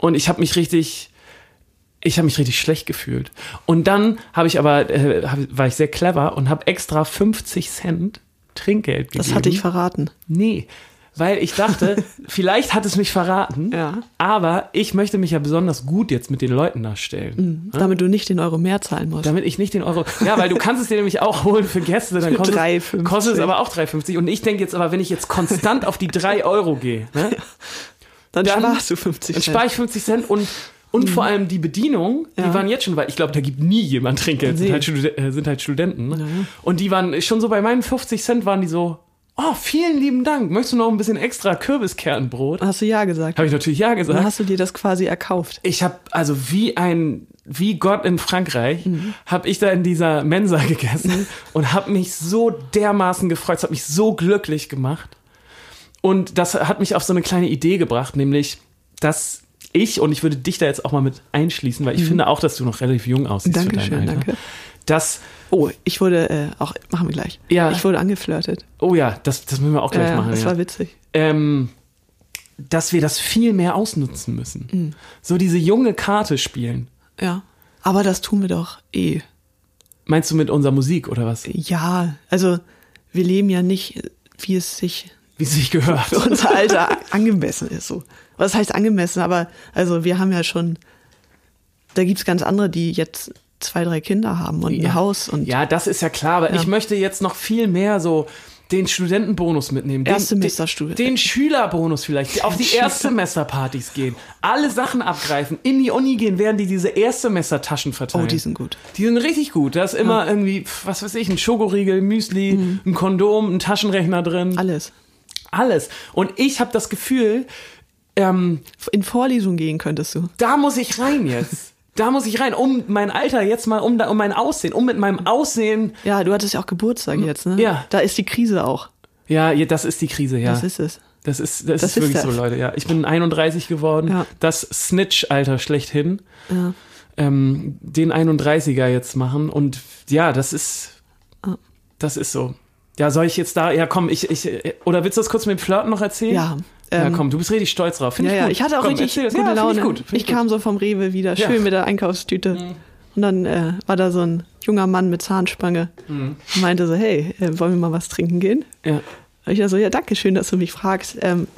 S2: Und ich habe mich richtig, ich habe mich richtig schlecht gefühlt. Und dann habe ich aber, äh, hab, war ich sehr clever und habe extra 50 Cent Trinkgeld gegeben.
S3: Das hatte ich verraten.
S2: Nee, weil ich
S3: (laughs)
S2: dachte, vielleicht hat es mich verraten,
S3: Ja.
S2: aber ich möchte mich ja besonders gut jetzt mit den Leuten darstellen.
S3: Damit du nicht den Euro mehr zahlen musst.
S2: Damit ich nicht den Euro. Ja, weil du kannst es dir nämlich auch holen für Gäste, dann
S3: Für
S2: kostet, es-
S3: 3,50.
S2: kostet es aber auch 3,50. Und ich denke jetzt aber, wenn ich jetzt konstant auf die 3 Euro gehe, ne,
S3: dann,
S2: dann-
S3: sparst du 50
S2: Dann
S3: Cent. Mhm.
S2: spare ich 50 Cent und, und vor allem die Bedienung, die
S3: Ja.
S2: waren jetzt schon, weil ich glaube, da gibt nie jemand Trinkgeld, sind,
S3: Nee.
S2: halt, Studen- äh, sind halt Studenten. ne?
S3: Ja.
S2: Und die waren schon so bei meinen 50 Cent waren die so, oh, vielen lieben Dank, möchtest du noch ein bisschen extra Kürbiskernbrot?
S3: hast du ja gesagt.
S2: Habe ich natürlich ja gesagt.
S3: Dann hast du dir das quasi erkauft.
S2: Ich habe also wie ein wie Gott in Frankreich
S3: Mhm.
S2: habe ich da in dieser Mensa
S3: (laughs)
S2: gegessen und habe mich so dermaßen gefreut, es hat mich so glücklich gemacht und das hat mich auf so eine kleine Idee gebracht, nämlich dass ich und ich würde dich da jetzt auch mal mit einschließen, weil ich finde auch, dass du noch relativ jung aussiehst für
S3: Mhm. Dankeschön,
S2: dein Alter.
S3: danke.
S2: Dass
S3: Oh, ich wurde, äh, auch, machen wir gleich.
S2: Ja.
S3: Ich wurde angeflirtet.
S2: oh ja, das das müssen wir auch gleich
S3: Ja,
S2: machen.
S3: das
S2: ja.
S3: war witzig.
S2: ähm, dass wir das viel mehr ausnutzen müssen.
S3: Mhm.
S2: So diese junge Karte spielen.
S3: Ja. Aber das tun wir doch eh.
S2: Meinst du mit unserer Musik oder was?
S3: Ja, also wir leben ja nicht, wie es sich
S2: Wie es sich gehört.
S3: für
S2: (laughs)
S3: unser Alter angemessen ist. So. Was heißt angemessen? Aber also wir haben ja schon, da gibt's ganz andere, die jetzt zwei, drei Kinder haben und ein Haus und
S2: Ja, das ist ja klar, aber
S3: Ja.
S2: ich möchte jetzt noch viel mehr so den Studentenbonus mitnehmen. Den,
S3: Erstsemesterstudien-
S2: Den, den Schülerbonus vielleicht. Auf die
S3: (laughs) Schüler-
S2: Erstsemesterpartys gehen. Alle Sachen abgreifen. In die Uni gehen, während die diese Erstsemestertaschen verteilen.
S3: oh, die sind gut.
S2: Die sind richtig gut. Da ist immer irgendwie, pf, was weiß ich, ein Schokoriegel, Müsli,
S3: Mhm.
S2: ein Kondom, ein Taschenrechner drin.
S3: Alles.
S2: Alles. Und ich habe das Gefühl, ähm,
S3: In Vorlesung gehen könntest du.
S2: da muss ich rein jetzt. Da muss ich rein, um mein Alter jetzt mal, um, da- um mein Aussehen, um mit meinem Aussehen
S3: Ja, du hattest ja auch Geburtstag jetzt, ne?
S2: Ja.
S3: Da ist die Krise auch.
S2: Ja, je- das ist die Krise, ja.
S3: Das ist es.
S2: das ist, das
S3: das
S2: ist wirklich
S3: ist
S2: so,
S3: das.
S2: Leute, ja. Ich bin 31 geworden,
S3: Ja.
S2: das Snitch-Alter schlechthin.
S3: Ja.
S2: Ähm, den 31er jetzt machen und ja, das ist,
S3: Ah.
S2: das ist so. Ja, soll ich jetzt da, ja komm, ich, ich, äh, oder willst du das kurz mit dem Flirten noch erzählen?
S3: Ja,
S2: ja,
S3: ähm,
S2: komm, du bist richtig stolz drauf. Find
S3: Ja,
S2: ich
S3: ja,
S2: gut.
S3: ich hatte auch
S2: komm,
S3: richtig
S2: erzähl
S3: gute
S2: das. ja,
S3: Laune.
S2: Find ich gut. Find
S3: ich
S2: gut.
S3: kam so vom Rewe wieder,
S2: Ja. Mhm.
S3: schön mit der Einkaufstüte. Und dann äh, war da so ein junger Mann mit Zahnspange
S2: Mhm.
S3: und meinte so, hey, äh, wollen wir mal was trinken gehen?
S2: Ja.
S3: Und ich da so, ja, danke schön, dass du mich fragst. Ähm,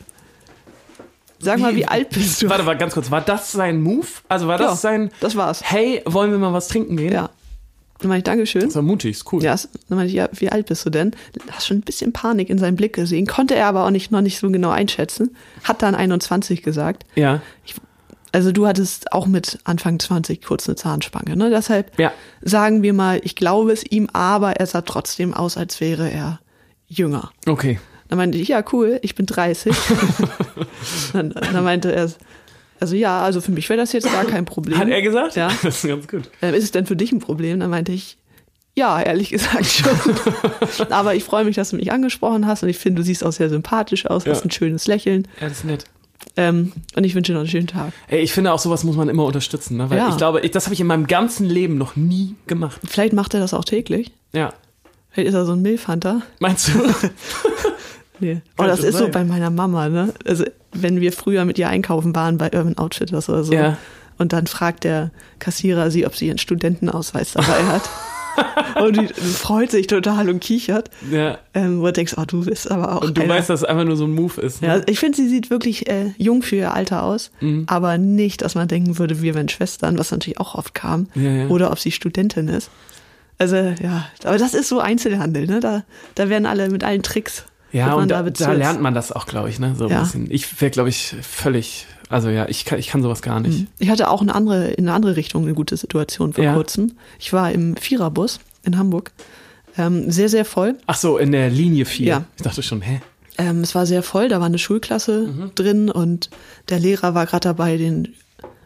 S3: sag mal, wie alt bist du?
S2: Warte mal, ganz kurz, war das sein Move? Also war das
S3: Ja,
S2: sein,
S3: das war's.
S2: hey, wollen wir mal was trinken gehen?
S3: Ja. Dann meinte ich, Dankeschön.
S2: Das war mutig, ist cool.
S3: Ja, s- dann meinte ich, ja, wie alt bist du denn? Hast schon ein bisschen Panik in seinem Blick gesehen, konnte er aber auch nicht, noch nicht so genau einschätzen. Hat dann 21 gesagt.
S2: Ja.
S3: Also du hattest auch mit Anfang 20 kurz eine Zahnspange, ne? Deshalb
S2: Ja.
S3: sagen wir mal, ich glaube es ihm, aber er sah trotzdem aus, als wäre er jünger.
S2: Okay.
S3: Dann meinte ich, ja, cool, ich
S2: (laughs)
S3: bin 30. dann, dann meinte er, also ja, also für mich wäre das jetzt gar kein Problem.
S2: Hat er gesagt?
S3: Ja.
S2: (laughs) Das ist ganz gut.
S3: Ähm, Ist es denn für dich ein Problem? Dann meinte ich, ja, ehrlich gesagt schon.
S2: (laughs)
S3: Aber ich freue mich, dass du mich angesprochen hast und ich finde, du siehst auch sehr sympathisch aus,
S2: Ja.
S3: hast ein schönes Lächeln
S2: Ja, das ist nett.
S3: ähm, und ich wünsche dir noch einen schönen Tag.
S2: Ey, ich finde auch sowas muss man immer unterstützen, ne? weil
S3: Ja.
S2: ich glaube, ich, das habe ich in meinem ganzen Leben noch nie gemacht.
S3: Vielleicht macht er das auch täglich.
S2: Ja.
S3: Vielleicht ist er so ein Milfhunter.
S2: Meinst
S3: (laughs)
S2: du?
S3: Nee. Oh, das
S2: das
S3: ist so
S2: sein.
S3: bei meiner Mama, ne? Also, wenn wir früher mit ihr einkaufen waren bei Urban Outfitters oder so.
S2: Ja.
S3: Und dann fragt der Kassierer sie, ob sie ihren Studentenausweis dabei hat. und die freut sich total und kichert.
S2: ja.
S3: Ähm, wo du denkst, oh, du bist aber auch.
S2: Und du
S3: einer.
S2: weißt, dass es einfach nur so ein Move ist. Ne?
S3: Ja, ich finde, sie sieht wirklich äh, jung für ihr Alter aus,
S2: Mhm.
S3: aber nicht, dass man denken würde, wir wären Schwestern, was natürlich auch oft kam,
S2: Ja, ja.
S3: oder ob sie Studentin ist. Also ja, aber das ist so Einzelhandel, ne? Da, da werden alle mit allen Tricks.
S2: Ja,
S3: wird man
S2: und da, da
S3: bezirzt.
S2: lernt man das auch, glaube ich. Ne? So ein
S3: Ja.
S2: bisschen. Ich wäre, glaube ich, völlig. Also ja, ich kann, ich kann sowas gar nicht.
S3: Ich hatte auch eine andere, in eine andere Richtung eine gute Situation vor
S2: Ja.
S3: kurzem. Ich war im Viererbus in Hamburg, ähm, sehr, sehr voll.
S2: Ach so, in der Linie 4.
S3: Ja.
S2: Ich dachte schon, hä?
S3: Ähm, es war sehr voll, da war eine Schulklasse drin und der Lehrer war gerade dabei, den,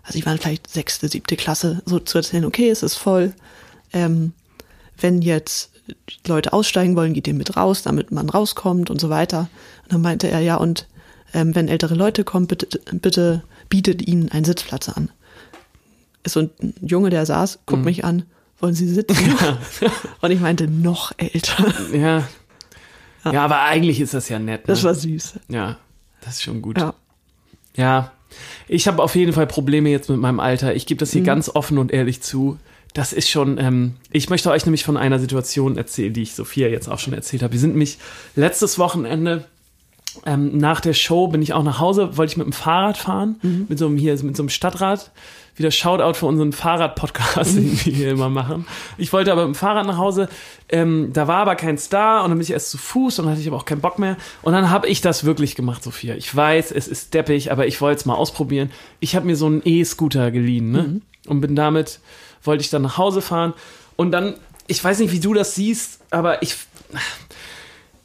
S3: also ich war vielleicht sechste, siebte Klasse, so zu erzählen, okay, es ist voll. Ähm, wenn jetzt die Leute aussteigen wollen, geht ihr mit raus, damit man rauskommt und so weiter. Und dann meinte er, ja, und ähm, wenn ältere Leute kommen, bitte, bitte bietet ihnen einen Sitzplatz an. Ist so ein Junge, der saß, guckt mich an, wollen Sie sitzen? und ich meinte, noch älter.
S2: Ja. ja. aber eigentlich ist das ja nett. Ne?
S3: Das war süß.
S2: ja, das ist schon gut.
S3: Ja.
S2: Ja, ich habe auf jeden Fall Probleme jetzt mit meinem Alter. Ich gebe das hier
S3: Mhm.
S2: ganz offen und ehrlich zu. Das ist schon, ähm, ich möchte euch nämlich von einer Situation erzählen, die ich Sophia jetzt auch schon erzählt habe. Wir sind mich letztes Wochenende ähm, nach der Show bin ich auch nach Hause, wollte ich mit dem Fahrrad fahren, mit so einem hier, mit so einem Stadtrad. Wieder Shoutout für unseren Fahrrad-Podcast, (laughs) den wir hier immer machen. Ich wollte aber mit dem Fahrrad nach Hause, ähm, da war aber kein Star und dann bin ich erst zu Fuß und dann hatte ich aber auch keinen Bock mehr. Und dann habe ich das wirklich gemacht, Sophia. Ich weiß, es ist deppig, aber ich wollte es mal ausprobieren. Ich habe mir so einen E-Scooter geliehen, ne? Und bin damit, wollte ich dann nach Hause fahren. Und dann, ich weiß nicht, wie du das siehst, aber ich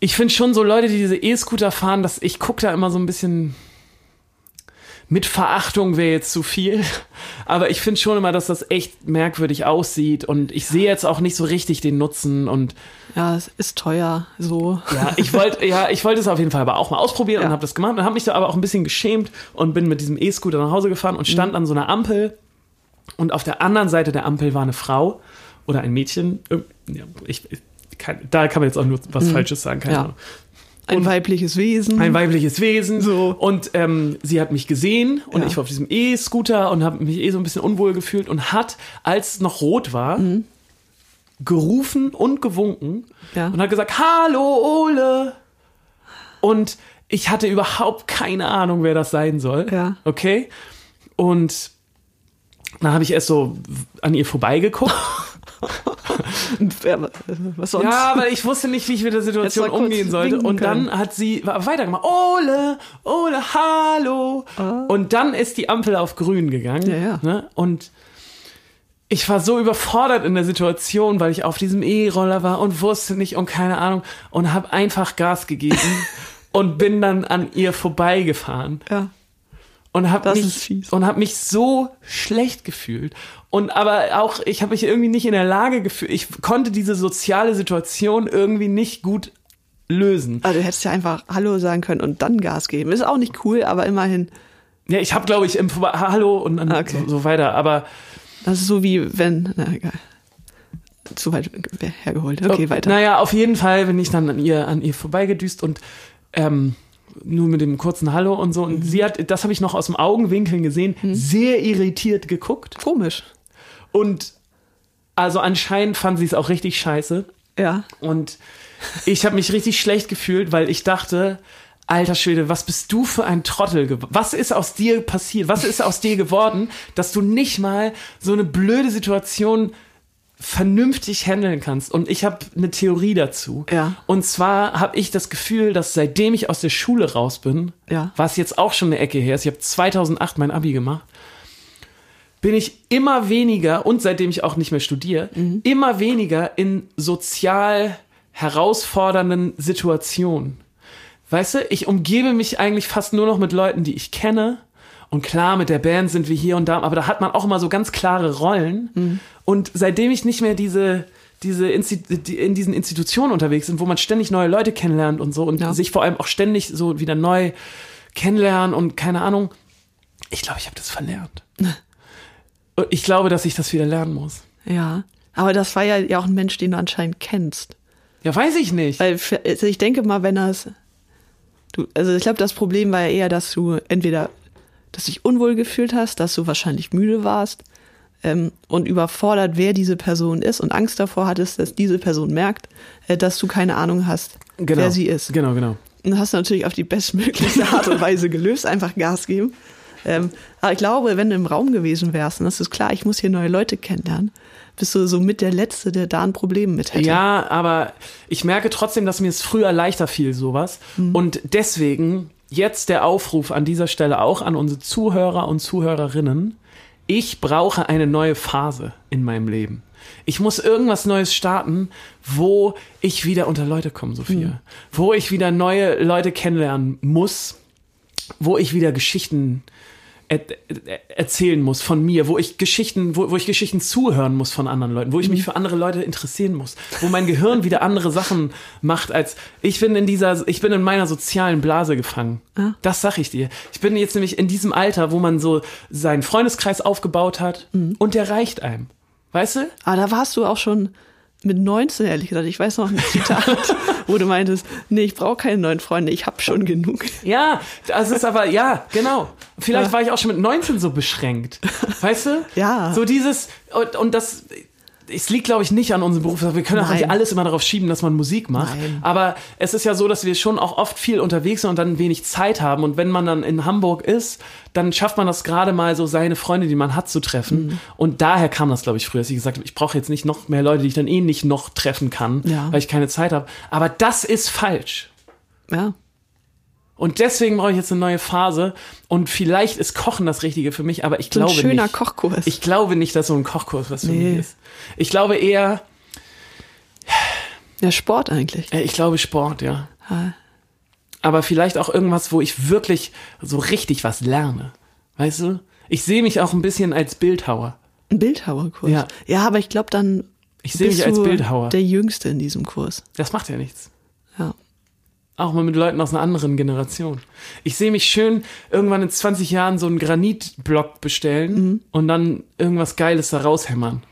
S2: ich finde schon so Leute, die diese E-Scooter fahren, dass ich gucke da immer so ein bisschen mit Verachtung wäre jetzt zu viel. Aber ich finde schon immer, dass das echt merkwürdig aussieht und ich sehe jetzt auch nicht so richtig den Nutzen und
S3: Ja, es ist teuer, so. (laughs)
S2: ja, ich wollte ja, ich wollte es auf jeden Fall aber auch mal ausprobieren und
S3: Ja.
S2: habe das gemacht und habe mich da aber auch ein bisschen geschämt und bin mit diesem E-Scooter nach Hause gefahren und
S3: Mhm.
S2: stand an so einer Ampel und auf der anderen Seite der Ampel war eine Frau oder ein Mädchen. Ähm, Ja, ich, ich kann, da kann man jetzt auch nur was Falsches sagen, keine
S3: Mhm. Ja.
S2: Ahnung.
S3: Ein
S2: Und-
S3: weibliches Wesen.
S2: ein weibliches Wesen.
S3: Mhm. So.
S2: Und ähm, sie hat mich gesehen und
S3: Ja.
S2: ich war auf diesem
S3: Mhm.
S2: E-Scooter und habe mich eh so ein bisschen unwohl gefühlt und hat, als es noch rot war, gerufen und gewunken
S3: Ja.
S2: und hat gesagt, Hallo Ole. Und ich hatte überhaupt keine Ahnung, wer das sein soll.
S3: Ja.
S2: Okay. Und dann habe ich erst so an ihr vorbeigeguckt.
S3: Wer- Was sonst?
S2: Ja, weil ich wusste nicht, wie ich mit der Situation
S3: Hättest mal kurz
S2: umgehen sollte.
S3: winken
S2: Und dann hat sie weitergemacht. Ole, Ole, hallo. Und dann ist die Ampel auf grün gegangen.
S3: Ah. Ja, ja.
S2: Ne? Und ich war so überfordert in der Situation, weil ich auf diesem E-Roller war und wusste nicht und keine Ahnung und habe einfach Gas gegeben
S3: (laughs)
S2: und bin dann an ihr vorbeigefahren
S3: ja.
S2: und habe
S3: Das
S2: mich
S3: ist fies.
S2: und habe mich so schlecht gefühlt und aber auch ich habe mich irgendwie nicht in der Lage gefühlt ich konnte diese soziale Situation irgendwie nicht gut lösen
S3: Also du hättest ja einfach Hallo sagen können und dann Gas geben. Ist auch nicht cool, aber immerhin.
S2: ja ich habe glaube ich im Vorbe hallo und dann
S3: Okay.
S2: so, so weiter aber
S3: Das ist so wie wenn. Na egal. Zu weit hergeholt. Okay,
S2: Oh,
S3: weiter.
S2: Naja, auf jeden Fall bin ich dann an ihr, an ihr vorbeigedüst und ähm, nur mit dem kurzen Hallo und so.
S3: Mhm.
S2: Und sie hat, das habe ich noch aus dem Augenwinkeln gesehen, sehr irritiert geguckt.
S3: Komisch.
S2: Und also anscheinend fand sie es auch richtig scheiße.
S3: Ja.
S2: Und ich habe mich richtig schlecht gefühlt, weil ich dachte, alter Schwede, was bist du für ein Trottel? gew- Was ist aus dir passiert? Was ist aus dir geworden, dass du nicht mal so eine blöde Situation vernünftig handeln kannst? Und ich habe eine Theorie dazu.
S3: Ja.
S2: Und zwar habe ich das Gefühl, dass seitdem ich aus der Schule raus bin,
S3: Ja.
S2: was jetzt auch schon eine Ecke her ist, ich habe 2008 mein Abi gemacht, bin ich immer weniger und seitdem ich auch nicht mehr studiere, immer weniger in sozial herausfordernden Situationen. Weißt du, ich umgebe mich eigentlich fast nur noch mit Leuten, die ich kenne. Und klar, mit der Band sind wir hier und da, aber da hat man auch immer so ganz klare Rollen.
S3: Mhm.
S2: Und seitdem ich nicht mehr diese, diese Insti die in diesen Institutionen unterwegs bin, wo man ständig neue Leute kennenlernt und so und
S3: Ja.
S2: sich vor allem auch ständig so wieder neu kennenlernen und keine Ahnung, ich glaube, ich habe das
S3: (laughs)
S2: verlernt. Und ich glaube, dass ich das wieder lernen muss.
S3: Ja. Aber das war ja, ja auch ein Mensch, den du anscheinend kennst.
S2: Ja, weiß ich nicht.
S3: Weil für- also ich denke mal, wenn das. Du, also ich glaube, das Problem war ja eher, dass du entweder dass du dich unwohl gefühlt hast, dass du wahrscheinlich müde warst ähm, und überfordert, wer diese Person ist und Angst davor hattest, dass diese Person merkt, äh, dass du keine Ahnung hast, wer sie ist.
S2: Genau, genau.
S3: Und hast du natürlich auf die bestmögliche Art und Weise gelöst, einfach Gas geben. Ähm, aber ich glaube, wenn du im Raum gewesen wärst, und das ist klar, ich muss hier neue Leute kennenlernen, bist du so mit der Letzte, der da ein Problem mit hätte.
S2: Ja, aber ich merke trotzdem, dass mir es früher leichter fiel, sowas. Und deswegen jetzt der Aufruf an dieser Stelle auch an unsere Zuhörer und Zuhörerinnen. Ich brauche eine neue Phase in meinem Leben. Ich muss irgendwas Neues starten, wo ich wieder unter Leute komme, Sophia. Wo ich wieder neue Leute kennenlernen muss, wo ich wieder Geschichten er, er- erzählen muss von mir, wo ich Geschichten, wo, wo ich Geschichten zuhören muss von anderen Leuten, wo ich mich für andere Leute interessieren muss, wo mein Gehirn wieder andere Sachen macht als ich bin in dieser, ich bin in meiner sozialen Blase gefangen. Das sag ich dir. Ich bin jetzt nämlich in diesem Alter, wo man so seinen Freundeskreis aufgebaut hat und der reicht einem. Weißt du?
S3: Aber Ah, da warst du auch schon mit 19, ehrlich gesagt. Ich weiß noch ein
S2: (laughs)
S3: Zitat, wo du meintest, nee, ich brauche keine neuen Freunde, ich habe schon genug.
S2: Ja, das ist aber, ja, genau. Vielleicht
S3: Ja.
S2: war ich auch schon mit 19 so beschränkt. Weißt du?
S3: (laughs) Ja.
S2: So dieses, und, und das, es liegt, glaube ich, nicht an unserem Beruf. Wir können auch nicht
S3: Nein.
S2: alles immer darauf schieben, dass man Musik macht.
S3: Nein.
S2: Aber es ist ja so, dass wir schon auch oft viel unterwegs sind und dann wenig Zeit haben. Und wenn man dann in Hamburg ist, dann schafft man das gerade mal so, seine Freunde, die man hat, zu treffen.
S3: Mhm.
S2: Und daher kam das, glaube ich, früher, dass ich gesagt habe, ich brauche jetzt nicht noch mehr Leute, die ich dann eh nicht noch treffen kann,
S3: Ja.
S2: weil ich keine Zeit habe. Aber das ist falsch.
S3: Ja,
S2: Und deswegen brauche ich jetzt eine neue Phase. Und vielleicht ist Kochen das Richtige für mich, aber ich
S3: so ein
S2: glaube
S3: schöner
S2: nicht.
S3: Kochkurs.
S2: Ich glaube nicht, dass so ein Kochkurs was für
S3: Nee.
S2: mich ist. Ich glaube eher,
S3: ja, Sport eigentlich.
S2: äh, ich glaube Sport, ja.
S3: Ah.
S2: Aber vielleicht auch irgendwas, wo ich wirklich so richtig was lerne. Weißt du? Ich sehe mich auch ein bisschen als Bildhauer.
S3: Ein Bildhauerkurs.
S2: Ja.
S3: ja, aber ich glaube, dann
S2: Ich sehe
S3: bist
S2: mich als
S3: du
S2: Bildhauer.
S3: der Jüngste in diesem Kurs.
S2: Das macht ja nichts.
S3: Ja.
S2: Auch mal mit Leuten aus einer anderen Generation. Ich sehe mich schön irgendwann in 20 Jahren so einen Granitblock bestellen
S3: Mhm.
S2: und dann irgendwas Geiles da raushämmern.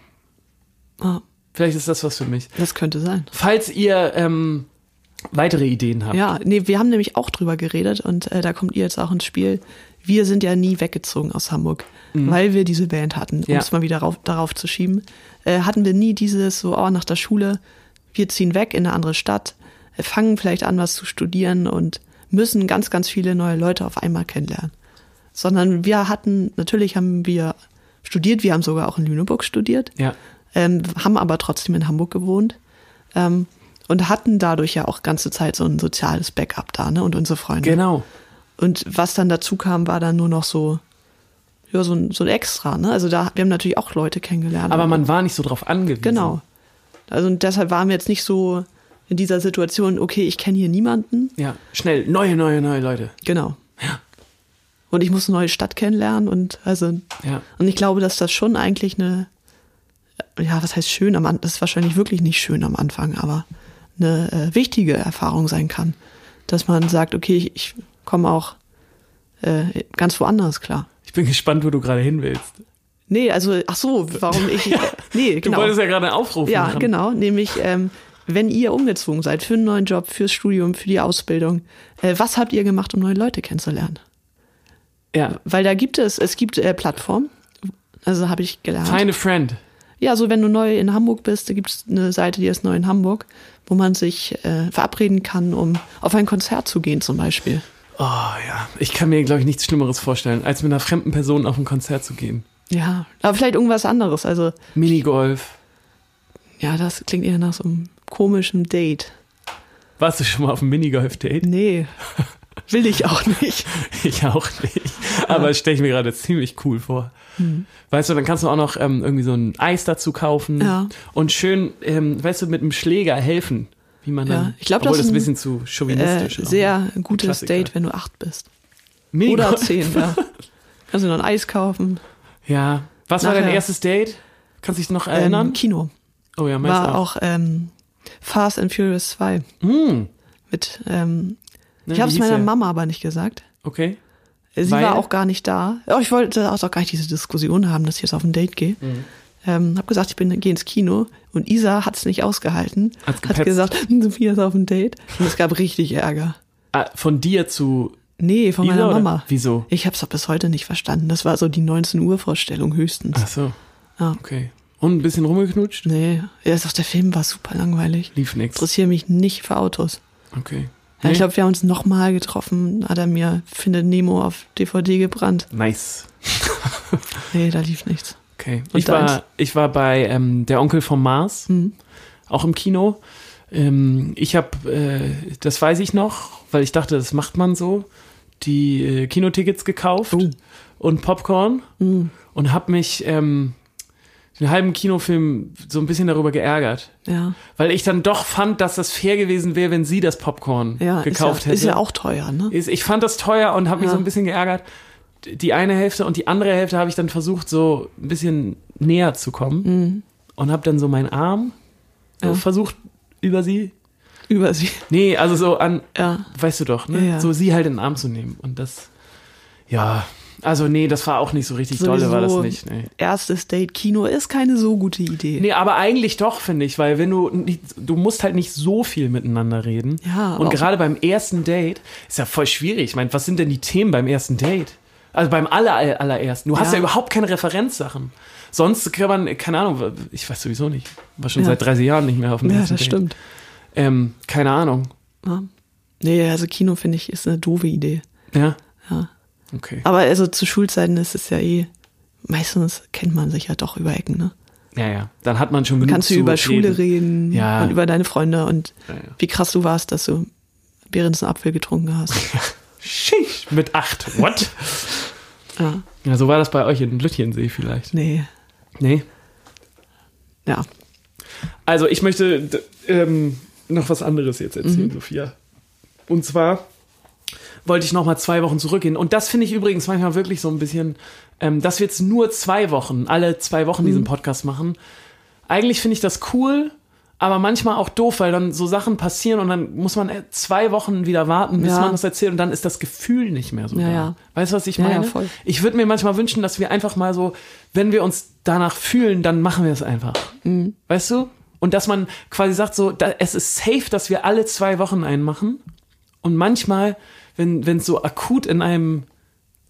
S3: Ah,
S2: Vielleicht ist das was für mich.
S3: das könnte Ah, sein.
S2: Falls ihr ähm, weitere Ideen habt.
S3: Ja, nee, wir haben nämlich auch drüber geredet und äh, da kommt ihr jetzt auch ins Spiel. Wir sind ja nie weggezogen aus Hamburg, weil wir diese Band hatten, um
S2: Mhm. Ja.
S3: es mal wieder rauf, darauf zu schieben. Äh, hatten wir nie dieses so, oh, nach der Schule, wir ziehen weg in eine andere Stadt, äh, fangen vielleicht an, was zu studieren und müssen ganz, ganz viele neue Leute auf einmal kennenlernen. Sondern wir hatten, natürlich haben wir studiert, wir haben sogar auch in Lüneburg studiert
S2: Ja.
S3: ähm, haben aber trotzdem in Hamburg gewohnt ähm, und hatten dadurch ja auch ganze Zeit so ein soziales Backup da ne, und unsere Freunde.
S2: Genau.
S3: Und was dann dazu kam, war dann nur noch so, ja, so ein, so ein Extra. Ne? Also da, wir haben natürlich auch Leute kennengelernt.
S2: Aber man war nicht so drauf angewiesen.
S3: Genau. Also und deshalb waren wir jetzt nicht so in dieser Situation, okay, ich kenne hier niemanden.
S2: Ja, schnell, neue, neue, neue Leute.
S3: Genau. Und ich muss eine neue Stadt kennenlernen und also
S2: Ja.
S3: Und ich glaube, dass das schon eigentlich eine, ja, was heißt schön am Anfang, das ist wahrscheinlich wirklich nicht schön am Anfang, aber eine äh, wichtige Erfahrung sein kann. Dass man sagt, okay, ich, ich komme auch äh, ganz woanders klar.
S2: Ich bin gespannt, wo du gerade hin willst.
S3: Nee, also, ach so, warum
S2: (laughs)
S3: ich, nee,
S2: Du
S3: genau.
S2: wolltest ja gerade einen Aufruf
S3: Ja,
S2: machen.
S3: genau. Nämlich, ähm, wenn ihr umgezogen seid für einen neuen Job, fürs Studium, für die Ausbildung, äh, was habt ihr gemacht, um neue Leute kennenzulernen?
S2: Ja.
S3: Weil da gibt es, es gibt äh, Plattformen, also habe ich gelernt.
S2: Find a friend.
S3: Ja, so wenn du neu in Hamburg bist, da gibt's eine Seite, die ist neu in Hamburg, wo man sich äh, verabreden kann, um auf ein Konzert zu gehen zum Beispiel.
S2: Oh ja. Ich kann mir, glaube ich, nichts Schlimmeres vorstellen, als mit einer fremden Person auf ein Konzert zu gehen.
S3: Ja, aber vielleicht irgendwas anderes. Also
S2: Minigolf.
S3: ja, das klingt eher nach so einem komischen Date.
S2: Warst du schon mal auf einem Minigolf-Date? (laughs)
S3: Nee, will ich auch nicht.
S2: Ich auch nicht.
S3: Ah.
S2: Aber das stelle ich mir gerade ziemlich cool vor.
S3: Hm.
S2: Weißt du, dann kannst du auch noch ähm, irgendwie so ein Eis dazu kaufen
S3: Ja.
S2: und schön, ähm, weißt du, mit dem Schläger helfen, wie man
S3: Ja,
S2: dann.
S3: ich glaub, das
S2: obwohl das
S3: ist
S2: ein bisschen
S3: ein-
S2: zu
S3: Äh,
S2: chauvinistisch. ist. ne?
S3: sehr gutes
S2: Klassiker.
S3: Date, wenn du acht bist.
S2: Minigolf.
S3: Oder zehn,
S2: (laughs)
S3: ja. Kannst du noch ein Eis kaufen?
S2: Ja. Was war
S3: Nachher.
S2: dein erstes Date? Kannst du dich noch erinnern?
S3: Ähm, Kino.
S2: oh ja, meins
S3: War auch ähm, Fast and Furious 2
S2: Hm.
S3: mit, ähm,
S2: Ne,
S3: ich habe
S2: wie
S3: es
S2: hieß
S3: meiner
S2: der?
S3: Mama aber nicht gesagt.
S2: Okay.
S3: Sie
S2: Weil-
S3: war auch gar nicht da. Oh, ich wollte auch gar nicht diese Diskussion haben, dass ich jetzt auf ein Date gehe.
S2: Mhm.
S3: Ähm, hab gesagt, ich bin, gehe ins Kino und Isa hat's nicht ausgehalten.
S2: Hat's
S3: hat
S2: gepetzt.
S3: gesagt, (laughs) Sophia ist auf ein Date. Und es gab richtig Ärger.
S2: Ah, von dir zu
S3: Nee, von
S2: Isa,
S3: meiner
S2: oder?
S3: Mama.
S2: Wieso?
S3: Ich hab's doch bis heute nicht verstanden. Das war so die 19 Uhr Vorstellung höchstens.
S2: Ach so.
S3: Ja.
S2: Okay. Und ein bisschen rumgeknutscht?
S3: Nee, er ist doch, der Film war super langweilig.
S2: Lief nichts.
S3: Interessiere mich nicht für Autos.
S2: Okay.
S3: Ja,
S2: Nee?
S3: Ich glaube, wir haben uns nochmal getroffen. Hat er mir Findet Nemo auf DVD gebrannt.
S2: nice.
S3: Nee, da lief nichts.
S2: Okay.
S3: Und
S2: ich, war,
S3: deins?
S2: ich war bei ähm, Der Onkel vom Mars,
S3: Mhm.
S2: auch im Kino. Ähm, ich habe, äh, das weiß ich noch, weil ich dachte, das macht man so, die äh, Kinotickets gekauft und Popcorn
S3: Mhm.
S2: und habe mich ähm, den halben Kinofilm so ein bisschen darüber geärgert.
S3: Ja.
S2: Weil ich dann doch fand, dass das fair gewesen wäre, wenn sie das Popcorn
S3: Ja,
S2: gekauft
S3: ist ja,
S2: hätte.
S3: Ist ja auch teuer, ne?
S2: Ist- Ich fand das teuer und habe mich
S3: Ja.
S2: so ein bisschen geärgert. Die eine Hälfte und die andere Hälfte habe ich dann versucht, so ein bisschen näher zu kommen. Und habe dann so meinen Arm so
S3: Mhm. Ja.
S2: versucht über sie.
S3: Über sie.
S2: Nee, also so an,
S3: Ja.
S2: weißt du doch, ne?
S3: Ja, ja.
S2: so sie halt in den Arm zu nehmen. Und das, ja, also nee, das war auch nicht so richtig dolle, war das
S3: Sowieso
S2: nicht. Nee.
S3: Erstes Date Kino ist keine so gute Idee.
S2: Nee, aber eigentlich doch, finde ich, weil wenn du nicht, du musst halt nicht so viel miteinander reden.
S3: Ja, aber
S2: Und
S3: auch-
S2: gerade beim ersten Date ist ja voll schwierig. Ich meine, was sind denn die Themen beim ersten Date? Also beim aller, aller- allerersten. Du hast ja
S3: Ja.
S2: überhaupt keine Referenzsachen. Sonst kann man, keine Ahnung, ich weiß sowieso nicht. War schon
S3: Ja.
S2: seit 30 Jahren nicht mehr auf dem
S3: ja,
S2: ersten
S3: das
S2: Date.
S3: stimmt.
S2: Ähm, keine Ahnung.
S3: Ja. Nee, also Kino finde ich ist eine doofe Idee.
S2: Ja.
S3: Ja.
S2: Okay.
S3: Aber also zu Schulzeiten ist es ja eh, meistens kennt man sich ja doch über Ecken, ne?
S2: Ja, ja. Dann hat man schon genug
S3: Kannst du
S2: zu
S3: über Schule reden
S2: Ja.
S3: und über deine Freunde und
S2: Ja, ja.
S3: wie krass du warst, dass du Behrens einen Apfel getrunken hast.
S2: (laughs) Schisch, mit acht.
S3: (laughs)
S2: What?
S3: ja.
S2: ja, so war das bei euch in Lütchensee vielleicht.
S3: Nee.
S2: Nee.
S3: Ja.
S2: Also ich möchte d- ähm, noch was anderes jetzt
S3: Mhm.
S2: erzählen, Sophia. Und zwar wollte ich noch mal zwei Wochen zurückgehen. Und das finde ich übrigens manchmal wirklich so ein bisschen, ähm, dass wir jetzt nur zwei Wochen, alle zwei Wochen
S3: Mhm.
S2: diesen Podcast machen. Eigentlich finde ich das cool, aber manchmal auch doof, weil dann so Sachen passieren und dann muss man äh, zwei Wochen wieder warten, bis
S3: Ja.
S2: man das erzählt und dann ist das Gefühl nicht mehr so
S3: Ja,
S2: da.
S3: ja.
S2: Weißt du, was ich
S3: Ja, ja,
S2: meine?
S3: voll.
S2: Ich würde mir manchmal wünschen,
S3: Mhm.
S2: dass wir einfach mal so, wenn wir uns danach fühlen, dann machen wir es einfach. Weißt du? Und Und dass man quasi sagt, so, da, es ist safe, dass wir alle zwei Wochen einen machen. Und manchmal, wenn es so akut in einem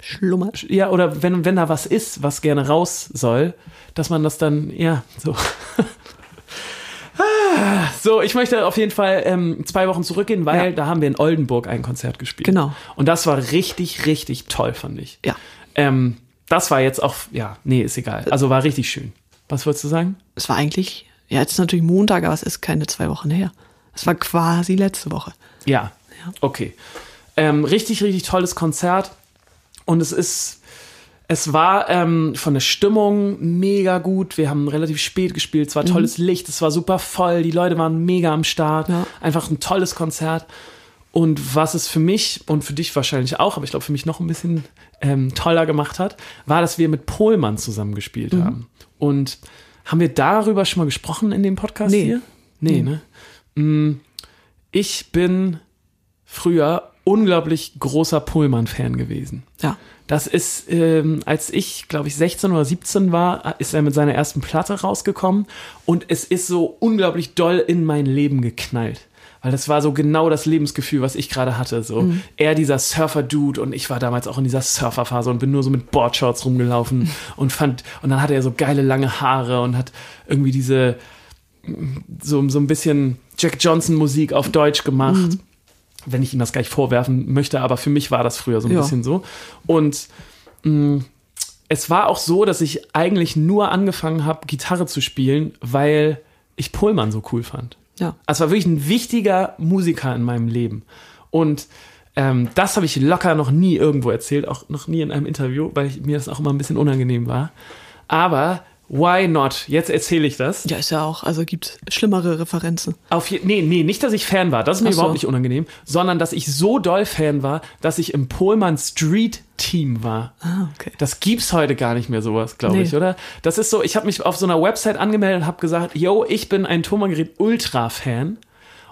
S3: Schlummert.
S2: ja, oder wenn, wenn da was ist, was gerne raus soll, dass man das dann, ja, so. (laughs) Ah, So, ich möchte auf jeden Fall ähm, zwei Wochen zurückgehen, weil
S3: Ja.
S2: da haben wir in Oldenburg ein Konzert gespielt.
S3: Genau.
S2: Und das war richtig, richtig toll, fand ich.
S3: Ja.
S2: Ähm, das war jetzt auch, ja, nee, ist egal. Also war richtig schön. Was würdest du sagen?
S3: Es war eigentlich, ja, jetzt ist natürlich Montag, aber es ist keine zwei Wochen her. Es war quasi letzte Woche.
S2: Ja. Okay. Ähm, richtig, richtig tolles Konzert. Und es ist, es war ähm, von der Stimmung mega gut. Wir haben relativ spät gespielt. Es war tolles Licht. Es war super voll. Die Leute waren mega am Start.
S3: Ja.
S2: Einfach ein tolles Konzert. Und was es für mich und für dich wahrscheinlich auch, aber ich glaube für mich noch ein bisschen ähm, toller gemacht hat, war, dass wir mit Pohlmann zusammengespielt haben. Und haben wir darüber schon mal gesprochen in dem Podcast
S3: Nee.
S2: hier? Nee, ne? Mm, Ich bin früher unglaublich großer Pullman-Fan gewesen.
S3: Ja.
S2: Das ist, ähm, als ich, glaube ich, 16 oder 17 war, ist er mit seiner ersten Platte rausgekommen und es ist so unglaublich doll in mein Leben geknallt. Weil das war so genau das Lebensgefühl, was ich gerade hatte. So, er dieser Surfer-Dude und ich war damals auch in dieser Surferphase und bin nur so mit Boardshorts rumgelaufen und fand, und dann hatte er so geile lange Haare und hat irgendwie diese, so, so ein bisschen Jack Johnson Musik auf Deutsch gemacht. Wenn ich ihm das gleich vorwerfen möchte, aber für mich war das früher so ein
S3: Ja.
S2: bisschen so. Und mh, es war auch so, dass ich eigentlich nur angefangen habe, Gitarre zu spielen, weil ich Pullman so cool fand.
S3: Ja.
S2: Es war wirklich ein wichtiger Musiker in meinem Leben. Und ähm, das habe ich locker noch nie irgendwo erzählt, auch noch nie in einem Interview, weil ich, mir das auch immer ein bisschen unangenehm war. Aber why not? Jetzt erzähle ich das.
S3: Ja, ist ja auch, also gibt schlimmere Referenzen.
S2: Auf je nee, nee, nicht, dass ich Fan war, das ist mir
S3: Ach so.
S2: überhaupt nicht unangenehm, sondern dass ich so doll Fan war, dass ich im Pohlmann Street Team war.
S3: Ah, okay.
S2: Das gibt's heute gar nicht mehr sowas, glaube
S3: Nee.
S2: ich, oder? Das ist so, ich habe mich auf so einer Website angemeldet und habe gesagt, yo, ich bin ein Thomann-Gerät Ultra-Fan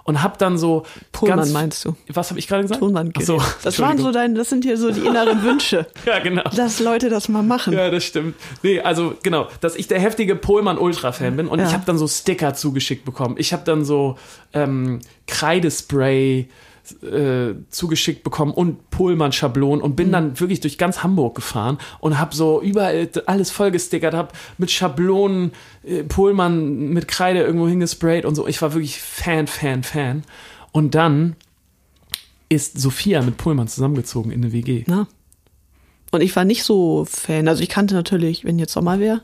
S2: und habe dann so
S3: Pullman
S2: ganz-
S3: meinst du?
S2: Was habe ich gerade gesagt?
S3: Tonband
S2: Ach so,
S3: Das waren so
S2: Entschuldigung.
S3: deine, das sind hier so die
S2: (laughs)
S3: inneren Wünsche,
S2: Ja, genau.
S3: dass Leute das mal machen.
S2: Ja, das stimmt. Nee, also genau, dass ich der heftige Pohlmann-Ultra-Fan bin und
S3: Ja.
S2: ich habe dann so Sticker zugeschickt bekommen. Ich habe dann so ähm, Kreidespray äh, zugeschickt bekommen und Pohlmann-Schablonen und
S3: Mhm.
S2: bin dann wirklich durch ganz Hamburg gefahren und habe so überall d- alles vollgestickert, habe mit Schablonen äh, Pohlmann mit Kreide irgendwo hingesprayt und so. Ich war wirklich Fan, Fan, Fan. Und dann ist Sophia mit Pohlmann zusammengezogen in eine WG.
S3: Na? Ne? Und ich war nicht so Fan. Also ich kannte natürlich, wenn jetzt Sommer wäre,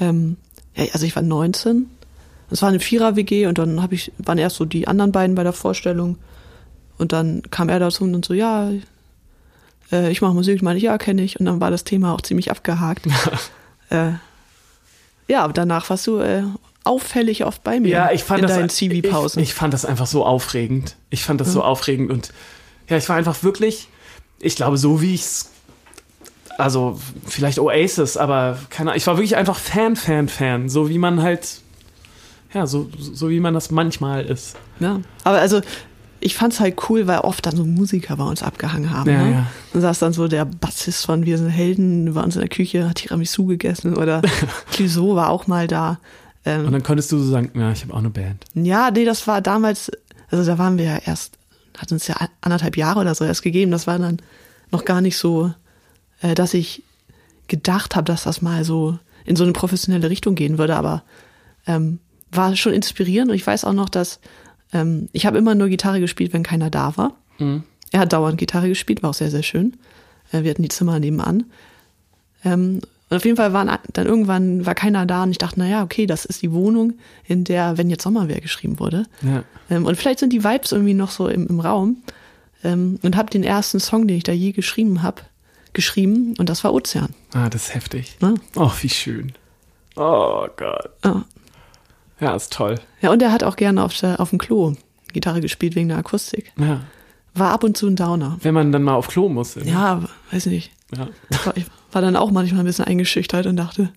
S3: ähm, ja, also ich war 19. Es war eine Vierer-WG und dann hab ich, waren erst so die anderen beiden bei der Vorstellung. Und dann kam er dazu und dann so, ja, äh, ich mache Musik, ich meine, ja, kenne ich. Und dann war das Thema auch
S2: (laughs)
S3: ziemlich abgehakt. äh, ja, aber danach warst du äh, auffällig oft bei mir
S2: Ja, ich fand
S3: in
S2: das e-
S3: deinen CV-Pausen.
S2: Ich, ich fand das einfach so aufregend. Ich fand das so aufregend und ja, ich war einfach wirklich, ich glaube, so wie ich's also vielleicht Oasis, aber keine Ahnung, ich war wirklich einfach Fan, Fan, Fan, so wie man halt ja, so, so wie man das manchmal ist.
S3: Ja, aber also ich fand's halt cool, weil oft dann so Musiker bei uns abgehangen haben.
S2: Ja,
S3: ne?
S2: ja.
S3: Dann saß dann so der Bassist von Wir sind Helden bei uns in der Küche, hat Tiramisu
S2: (laughs)
S3: gegessen oder Clouseau war auch mal da.
S2: Und
S3: Ähm,
S2: dann konntest du so sagen, ja, ich habe auch eine Band.
S3: ja, nee, das war damals, also da waren wir ja erst, hat uns ja anderthalb Jahre oder so erst gegeben. Das war dann noch gar nicht so, äh, dass ich gedacht habe, dass das mal so in so eine professionelle Richtung gehen würde, aber ähm, war schon inspirierend und ich weiß auch noch, dass ähm, ich habe immer nur Gitarre gespielt, wenn keiner da war. Er hat dauernd Gitarre gespielt, war auch sehr, sehr schön. Äh, wir hatten die Zimmer nebenan. Ähm, und auf jeden Fall waren a- dann irgendwann war keiner da und ich dachte, naja, okay, das ist die Wohnung, in der Wenn jetzt Sommer wäre geschrieben wurde.
S2: Ja.
S3: Ähm, und vielleicht sind die Vibes irgendwie noch so im, im Raum. Ähm, und habe den ersten Song, den ich da je geschrieben habe, geschrieben und das war Ozean.
S2: Ah, das ist heftig.
S3: Ne?
S2: Oh, wie schön. Oh Gott.
S3: Ja.
S2: Ja, ist toll.
S3: Ja, und er hat auch gerne auf, der, auf dem Klo Gitarre gespielt wegen der Akustik.
S2: Ja.
S3: War ab und zu ein Downer.
S2: Wenn man dann mal auf Klo muss.
S3: Ja, weiß nicht.
S2: ja.
S3: War- Ich war dann auch manchmal ein bisschen eingeschüchtert und dachte,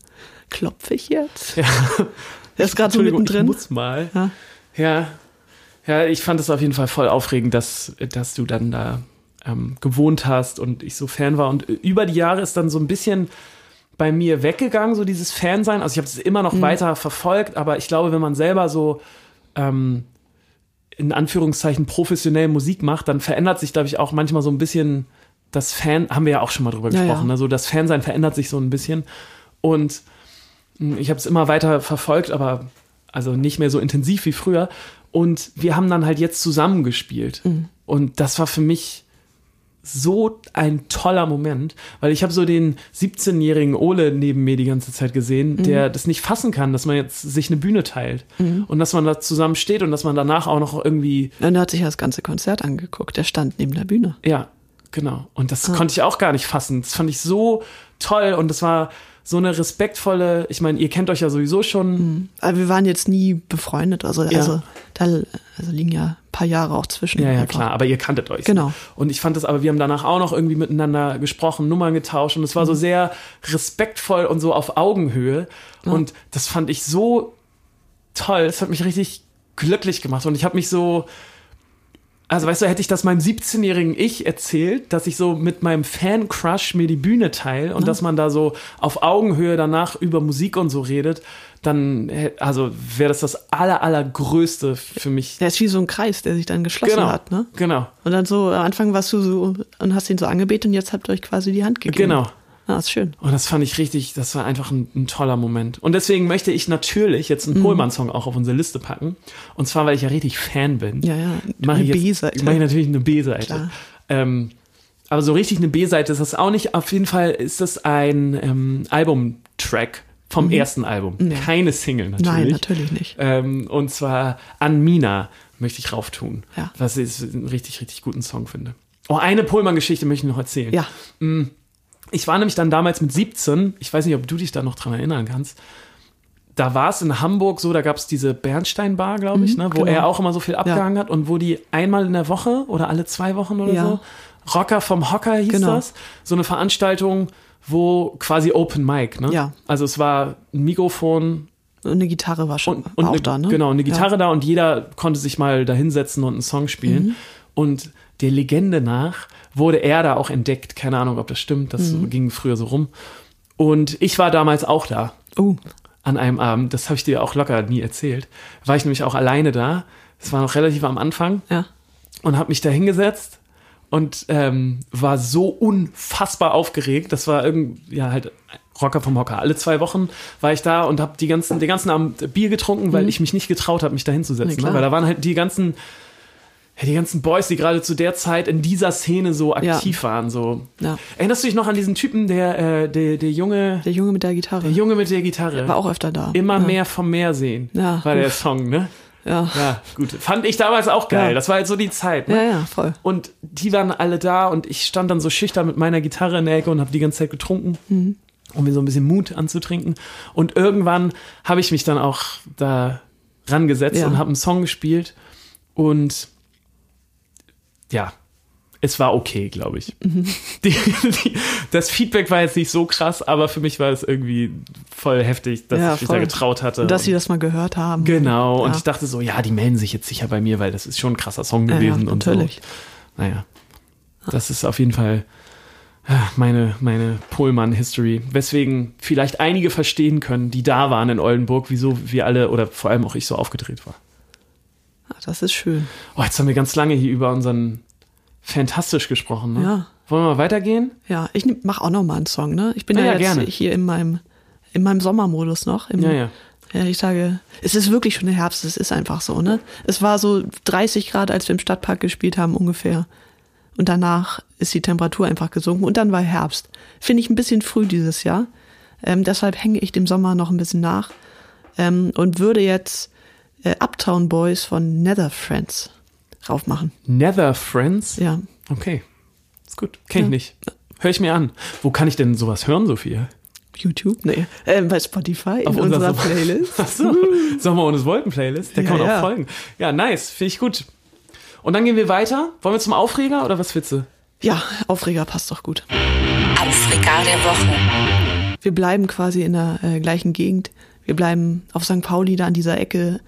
S3: klopfe ich jetzt? Ja. (laughs) Er ist gerade so
S2: Entschuldigung, ich
S3: mittendrin.
S2: muss mal.
S3: Ja.
S2: Ja. Ja, ich fand es auf jeden Fall voll aufregend, dass, dass du dann äh, da ähm, gewohnt hast und ich so Fan war. Und über die Jahre ist dann so ein bisschen bei mir weggegangen, so dieses Fansein. Also ich habe es immer
S3: Mhm.
S2: noch weiter verfolgt, aber ich glaube, wenn man selber so ähm, in Anführungszeichen professionell Musik macht, dann verändert sich, glaube ich, auch manchmal so ein bisschen das Fan, haben wir ja auch schon mal drüber
S3: Ja,
S2: gesprochen,
S3: ja.
S2: Ne? so das Fansein verändert sich so ein bisschen. Und mh, ich habe es immer weiter verfolgt, aber also nicht mehr so intensiv wie früher. Und wir haben dann halt jetzt zusammengespielt.
S3: Mhm.
S2: Und das war für mich so ein toller Moment, weil ich habe so den 17-jährigen Ole neben mir die ganze Zeit gesehen, der das nicht fassen kann, dass man jetzt sich eine Bühne teilt und dass man da zusammen steht und dass man danach auch noch irgendwie,
S3: Und er hat sich das ganze Konzert angeguckt. Der stand neben der Bühne.
S2: ja, genau. Und das konnte ich auch gar nicht fassen. Das fand ich so toll und das war so eine respektvolle, ich meine, ihr kennt euch ja sowieso schon,
S3: Aber wir waren jetzt nie befreundet. Also,
S2: Ja.
S3: also da also liegen ja ein paar Jahre auch zwischen.
S2: Ja, ja,
S3: einfach.
S2: klar, aber ihr kanntet euch.
S3: Genau.
S2: Und ich fand das aber, wir haben danach auch noch irgendwie miteinander gesprochen, Nummern getauscht und es
S3: Mhm.
S2: war so sehr respektvoll und so auf Augenhöhe. Und das fand ich so toll. Das hat mich richtig glücklich gemacht und ich habe mich so. Also, weißt du, hätte ich das meinem 17-jährigen Ich erzählt, dass ich so mit meinem Fan-Crush mir die Bühne teile und dass man da so auf Augenhöhe danach über Musik und so redet, dann, hä- also wäre das das aller, allergrößte für mich.
S3: Der ist wie so ein Kreis, der sich dann geschlossen hat, ne?
S2: Genau.
S3: Und dann so, am Anfang warst du so und hast ihn so angebetet und jetzt habt ihr euch quasi die Hand gegeben.
S2: Genau.
S3: Ah, ist schön.
S2: Und das fand ich richtig, das war einfach ein, ein toller Moment. Und deswegen möchte ich natürlich jetzt
S3: Mhm.
S2: einen Pohlmann-Song auch auf unsere Liste packen. Und zwar, weil ich ja richtig Fan bin.
S3: Ja, ja.
S2: Mach ich
S3: Eine
S2: jetzt-
S3: B-Seite.
S2: Mach ich natürlich eine B-Seite.
S3: Klar.
S2: Ähm, aber so richtig eine B-Seite ist das auch nicht. Auf jeden Fall ist das ein ähm, Albumtrack vom ersten Album. Keine Single natürlich.
S3: Mhm. Nein, natürlich nicht.
S2: Ähm, und zwar an Mina möchte ich rauftun.
S3: Ja.
S2: Was ich einen richtig, richtig guten Song finde. Oh, eine Pohlmann-Geschichte möchte ich noch erzählen.
S3: Ja.
S2: Ich war nämlich dann damals mit 17, ich weiß nicht, ob du dich da noch dran erinnern kannst. Da war es in Hamburg so, da gab es diese Bernsteinbar, glaube ich, ne, wo
S3: genau.
S2: er auch immer so viel abgehangen hat und wo die einmal in der Woche oder alle zwei Wochen oder
S3: Ja.
S2: so, Rocker vom Hocker hieß
S3: Genau.
S2: das, so eine Veranstaltung, wo quasi Open Mic, ne?
S3: Ja.
S2: Also es war ein Mikrofon
S3: Und eine Gitarre war schon
S2: und, und
S3: war auch
S2: eine,
S3: da, ne?
S2: Genau, eine Gitarre
S3: Ja.
S2: da und jeder konnte sich mal da hinsetzen und einen Song spielen.
S3: Mhm.
S2: Und der Legende nach wurde er da auch entdeckt. Keine Ahnung, ob das stimmt, das
S3: Mhm.
S2: ging früher so rum. Und ich war damals auch da
S3: Oh,
S2: an einem Abend, das habe ich dir auch locker nie erzählt. War ich nämlich auch alleine da. Es war noch relativ am Anfang
S3: ja.
S2: und habe mich da hingesetzt und ähm, war so unfassbar aufgeregt. Das war irgend ja halt Rocker vom Hocker. Alle zwei Wochen war ich da und habe die ganzen den ganzen Abend Bier getrunken, weil ich mich nicht getraut habe, mich da
S3: Na
S2: hinzusetzen.
S3: Mhm. klar.
S2: ne? Weil da waren halt die ganzen ja, die ganzen Boys, die gerade zu der Zeit in dieser Szene so
S3: Ja.
S2: aktiv waren. So
S3: Ja.
S2: erinnerst du dich noch an diesen Typen, der äh, der der junge
S3: Der Junge mit der Gitarre.
S2: der Junge mit der Gitarre?
S3: war auch öfter da.
S2: Immer
S3: ja.
S2: mehr vom Meer sehen
S3: Ja.
S2: war der
S3: Uff.
S2: Song, ne?
S3: Ja. Ja.
S2: Ja, gut. Fand ich damals auch geil.
S3: Ja.
S2: Das war halt so die Zeit. Ne?
S3: ja, voll.
S2: Und die waren alle da und ich stand dann so schüchtern mit meiner Gitarre in der Ecke und habe die ganze Zeit getrunken,
S3: Mhm.
S2: um mir so ein bisschen Mut anzutrinken. Und irgendwann habe ich mich dann auch da rangesetzt
S3: Ja.
S2: und habe einen Song gespielt. Und ja, es war okay, glaube ich.
S3: Mhm.
S2: (laughs) Die, die, das Feedback war jetzt nicht so krass, aber für mich war es irgendwie voll heftig, dass
S3: Ja,
S2: ich mich
S3: voll.
S2: da getraut hatte.
S3: Und dass sie
S2: Und-
S3: das mal gehört haben.
S2: genau, und
S3: Ja.
S2: ich dachte so, ja, die melden sich jetzt sicher bei mir, weil das ist schon ein krasser Song
S3: Ja, ja,
S2: gewesen und so.
S3: natürlich.
S2: Naja, das ist auf jeden Fall ah, meine, meine Pohlmann-History, weswegen vielleicht einige verstehen können, die da waren in Oldenburg, wieso wir alle oder vor allem auch ich so aufgedreht war.
S3: Ah, das ist schön.
S2: Oh, jetzt haben wir ganz lange hier über unseren Fantastisch gesprochen. Ne?
S3: Ja.
S2: Wollen wir mal weitergehen?
S3: Ja, ich nehm- mach auch noch mal einen Song, ne? Ich bin
S2: Ja,
S3: ja,
S2: ja,
S3: jetzt
S2: gerne.
S3: hier in meinem, in meinem Sommermodus noch. Im,
S2: Ja, ja.
S3: Ja, ich sage, es ist wirklich schon der Herbst, es ist einfach so, ne? Es war so 30 Grad, als wir im Stadtpark gespielt haben, ungefähr. Und danach ist die Temperatur einfach gesunken und dann war Herbst. Finde ich ein bisschen früh dieses Jahr. Ähm, deshalb hänge ich dem Sommer noch ein bisschen nach ähm, und würde jetzt äh, Uptown Boys von Nether Friends raufmachen.
S2: Nether Friends?
S3: Ja,
S2: Okay, ist gut. Kenn ich
S3: Ja.
S2: nicht. Hör ich mir an. Wo kann ich denn sowas hören, Sophia?
S3: YouTube? Nee, ähm, bei Spotify in
S2: Sommer-
S3: unserer Playlist.
S2: Ach
S3: (laughs)
S2: so. Sommer ohne Wolken-Playlist. Der
S3: Ja,
S2: kann man
S3: ja.
S2: auch folgen. Ja, nice. Finde ich gut. Und dann gehen wir weiter. Wollen wir zum Aufreger oder was willst du?
S3: Ja, Aufreger passt doch gut.
S1: Afrika der Woche.
S3: Wir bleiben quasi in der äh, gleichen Gegend. Wir bleiben auf St. Pauli, da an dieser Ecke,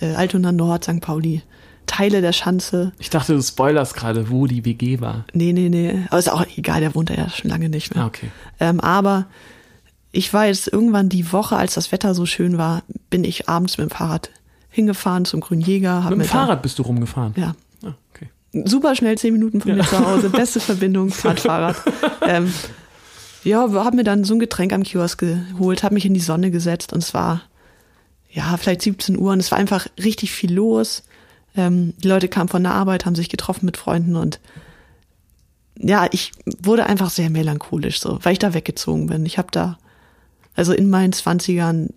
S3: äh, Altona Nord, St. Pauli. Teile der Schanze.
S2: Ich dachte, du spoilerst gerade, wo die WG war.
S3: Nee, nee, nee. Aber ist auch egal, der wohnt da ja schon lange nicht mehr.
S2: Ah, okay.
S3: Ähm, aber Ich war jetzt irgendwann die Woche, als das Wetter so schön war, bin ich abends mit dem Fahrrad hingefahren zum Grünjäger. hab
S2: Mit dem
S3: mir da-
S2: Fahrrad bist du rumgefahren.
S3: Ja.
S2: Ah, okay.
S3: Super schnell, zehn Minuten von mir zu Hause. Beste Verbindung, Fahrrad. ähm, ja, habe mir dann so ein Getränk am Kiosk geholt, habe mich in die Sonne gesetzt und es war, ja, vielleicht 17 Uhr und es war einfach richtig viel los. Ähm, die Leute kamen von der Arbeit, haben sich getroffen mit Freunden und ja, ich wurde einfach sehr melancholisch, so, weil ich da weggezogen bin. Ich habe da, also in meinen 20ern,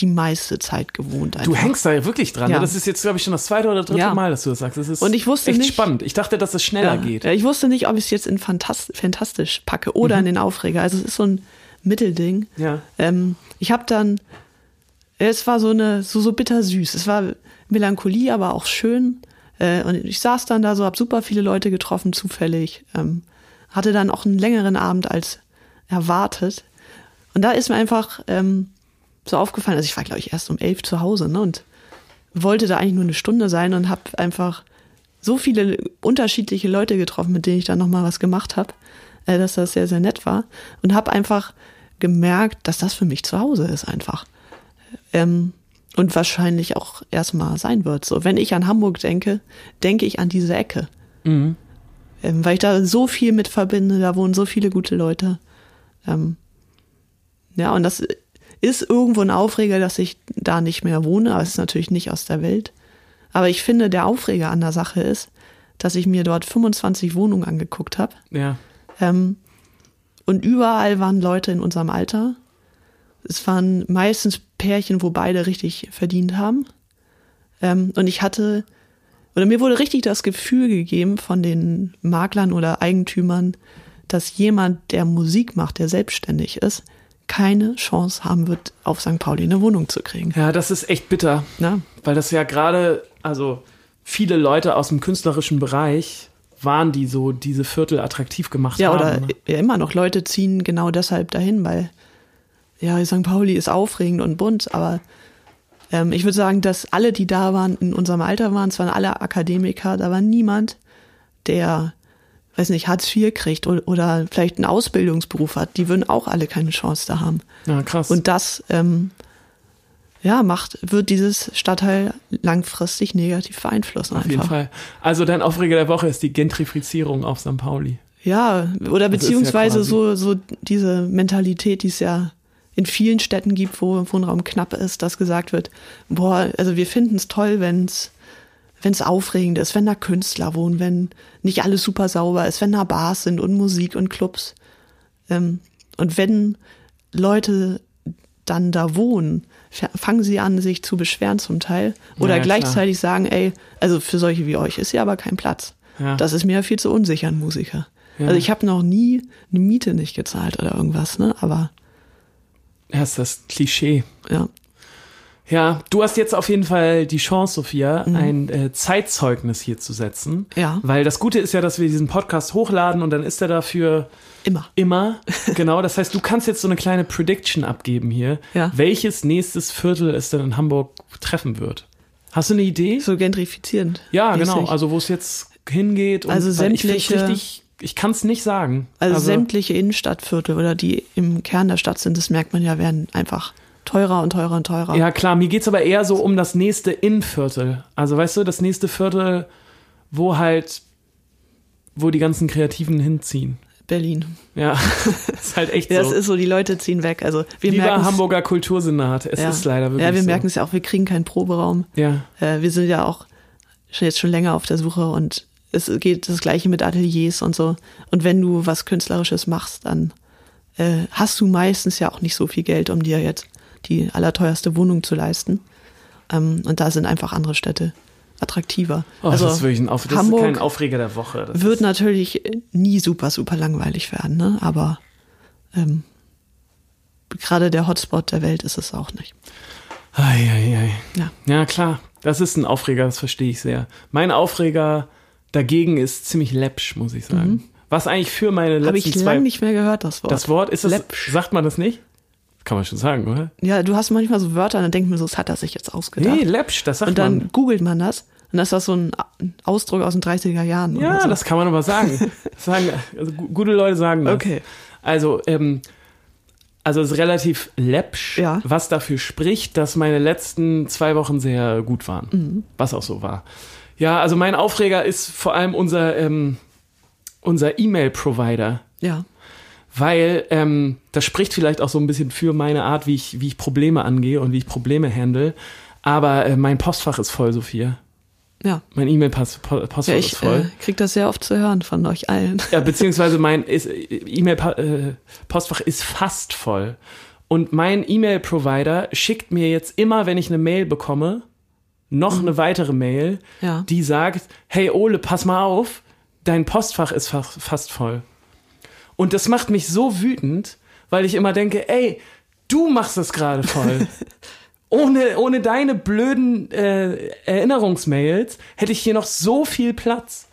S3: die meiste Zeit gewohnt. Einfach.
S2: Du hängst da ja wirklich dran.
S3: Ja.
S2: Ne? Das ist jetzt, glaube ich, schon das zweite oder dritte
S3: Ja.
S2: Mal, dass du das sagst. Das ist
S3: Und ich wusste
S2: echt
S3: nicht-
S2: spannend. Ich dachte, dass es schneller
S3: ja.
S2: geht. Mhm.
S3: Ja, ich wusste nicht, ob ich es jetzt in Fantas Fantastisch packe oder in den Aufreger. Also es ist so ein Mittelding.
S2: Ja.
S3: Ähm, ich habe dann, es war so eine, so, so bittersüß. Es war Melancholie, aber auch schön. Äh, und ich saß dann da so, habe super viele Leute getroffen, zufällig. Ähm, hatte dann auch einen längeren Abend als erwartet. Und da ist mir einfach ähm, so aufgefallen, also ich war, glaube ich, erst um elf zu Hause ne, und wollte da eigentlich nur eine Stunde sein und habe einfach so viele unterschiedliche Leute getroffen, mit denen ich dann nochmal was gemacht habe, äh, dass das sehr, sehr nett war. Und habe einfach gemerkt, dass das für mich zu Hause ist einfach. Ähm, und wahrscheinlich auch erstmal sein wird. So, wenn ich an Hamburg denke, denke ich an diese Ecke. Ähm, weil ich da so viel mit verbinde, da wohnen so viele gute Leute. Ähm, ja, und das ist irgendwo ein Aufreger, dass ich da nicht mehr wohne, aber es ist natürlich nicht aus der Welt. Aber ich finde, der Aufreger an der Sache ist, dass ich mir dort 25 Wohnungen angeguckt habe.
S2: Ja.
S3: Ähm, und überall waren Leute in unserem Alter. Es waren meistens Pärchen, wo beide richtig verdient haben. Ähm, und ich hatte, oder mir wurde richtig das Gefühl gegeben von den Maklern oder Eigentümern, dass jemand, der Musik macht, der selbstständig ist, keine Chance haben wird, auf St. Pauli eine Wohnung zu kriegen.
S2: Ja, das ist echt bitter.
S3: Na?
S2: Weil das ja gerade, also viele Leute aus dem künstlerischen Bereich waren, die so diese Viertel attraktiv gemacht
S3: Ja,
S2: haben.
S3: oder
S2: ne?
S3: ja, immer noch Leute ziehen genau deshalb dahin, weil ja, St. Pauli ist aufregend und bunt, aber ähm, ich würde sagen, dass alle, die da waren, in unserem Alter waren, es waren alle Akademiker, da war niemand, der, weiß nicht, Hartz IV kriegt oder, oder vielleicht einen Ausbildungsberuf hat, die würden auch alle keine Chance da haben.
S2: Ja, krass.
S3: Und das, ähm, ja, macht, wird dieses Stadtteil langfristig negativ beeinflussen
S2: Auf jeden
S3: einfach.
S2: Fall. Also dein Aufreger der Woche ist die Gentrifizierung auf St. Pauli.
S3: Ja, oder
S2: Das Also ist ja
S3: beziehungsweise
S2: quasi-
S3: so, so diese Mentalität, die es ja in vielen Städten gibt, wo Wohnraum knapp ist, dass gesagt wird, boah, also wir finden es toll, wenn es wenn's aufregend ist, wenn da Künstler wohnen, wenn nicht alles super sauber ist, wenn da Bars sind und Musik und Clubs. Ähm, und wenn Leute dann da wohnen, f- fangen sie an, sich zu beschweren zum Teil. Oder
S2: Ja, ja, klar.
S3: gleichzeitig sagen, ey, also für solche wie euch ist hier aber kein Platz.
S2: Ja.
S3: Das ist mir ja viel zu unsicher, ein Musiker.
S2: Ja.
S3: Also ich habe noch nie eine Miete nicht gezahlt oder irgendwas, ne? Aber
S2: Ja, ist das Klischee.
S3: ja.
S2: Ja, du hast jetzt auf jeden Fall die Chance, Sophia, ein äh, Zeitzeugnis hier zu setzen.
S3: Mhm. Ja.
S2: Weil das Gute ist ja, dass wir diesen Podcast hochladen und dann ist er dafür
S3: Immer.
S2: immer. genau, das heißt, du kannst jetzt so eine kleine Prediction abgeben hier,
S3: Ja.
S2: welches nächstes Viertel es denn in Hamburg treffen wird. Hast du eine Idee?
S3: So gentrifizierend.
S2: Ja, genau.
S3: mäßig.
S2: Also wo es jetzt hingeht. Und
S3: Also
S2: weil ich find's
S3: sämtliche-
S2: richtig, ich kann es nicht sagen.
S3: Also, sämtliche Innenstadtviertel oder die im Kern der Stadt sind, das merkt man ja, werden einfach teurer und teurer und teurer.
S2: Ja, klar, mir geht's aber eher so um das nächste Innenviertel. Also, weißt du, das nächste Viertel, wo halt, wo die ganzen Kreativen hinziehen.
S3: Berlin.
S2: Ja, (laughs) ist halt echt
S3: Ja,
S2: so.
S3: das ist so, die Leute ziehen weg. Also wir
S2: Lieber
S3: merken's-
S2: Hamburger Kultursenat, es
S3: ja.
S2: ist leider wirklich
S3: Ja, wir
S2: so.
S3: merken es ja auch, wir kriegen keinen Proberaum.
S2: Ja,
S3: Äh, wir sind ja auch schon jetzt schon länger auf der Suche und es geht das gleiche mit Ateliers und so. Und wenn du was Künstlerisches machst, dann äh, hast du meistens ja auch nicht so viel Geld, um dir jetzt die allerteuerste Wohnung zu leisten. Ähm, und da sind einfach andere Städte attraktiver. Also
S2: oh, das ist wirklich ein Auf das ist
S3: Hamburg
S2: kein Aufreger der Woche. Das
S3: wird natürlich nie super, super langweilig werden, ne? aber ähm, gerade der Hotspot der Welt ist es auch nicht.
S2: Ei, ei, ei.
S3: Ja.
S2: Ja, klar. Das ist ein Aufreger, das verstehe ich sehr. Mein Aufreger dagegen ist ziemlich läppsch, muss ich sagen. Was eigentlich für meine letzten
S3: Habe Mhm. ich
S2: zwei...
S3: lange nicht mehr gehört, das Wort.
S2: das Wort, ist das...
S3: Läppsch.
S2: Sagt man das nicht? Kann man schon sagen, oder?
S3: Ja, du hast manchmal so Wörter, dann denkt man so, das hat er sich jetzt ausgedacht.
S2: Nee, läppsch, das sagt
S3: und dann
S2: man.
S3: googelt man das und das ist so ein Ausdruck aus den 30er Jahren.
S2: Ja,
S3: oder so.
S2: das kann
S3: (laughs)
S2: man aber sagen. Das sagen also, gu- gute Leute sagen das.
S3: Okay.
S2: Also, ähm, Also es ist relativ läppsch,
S3: Ja.
S2: was dafür spricht, dass meine letzten zwei Wochen sehr gut waren.
S3: Mhm.
S2: Was auch so war. Ja, also mein Aufreger ist vor allem unser, ähm, unser E-Mail-Provider.
S3: Ja.
S2: Weil ähm, das spricht vielleicht auch so ein bisschen für meine Art, wie ich, wie ich Probleme angehe und wie ich Probleme handle. Aber äh, mein Postfach ist voll, Sophia.
S3: Ja.
S2: Mein E-Mail-Postfach
S3: Ja,
S2: ist
S3: ich
S2: voll.
S3: äh, krieg das sehr oft zu hören von euch allen.
S2: Ja, beziehungsweise mein ist- E-Mail-Postfach ist fast voll. Und mein E-Mail-Provider schickt mir jetzt immer, wenn ich eine Mail bekomme, noch eine weitere Mail,
S3: Ja.
S2: die sagt, hey Ole, pass mal auf, dein Postfach ist fa fast voll. Und das macht mich so wütend, weil ich immer denke, ey, du machst das gerade voll. ohne, ohne deine blöden äh, Erinnerungsmails hätte ich hier noch so viel Platz.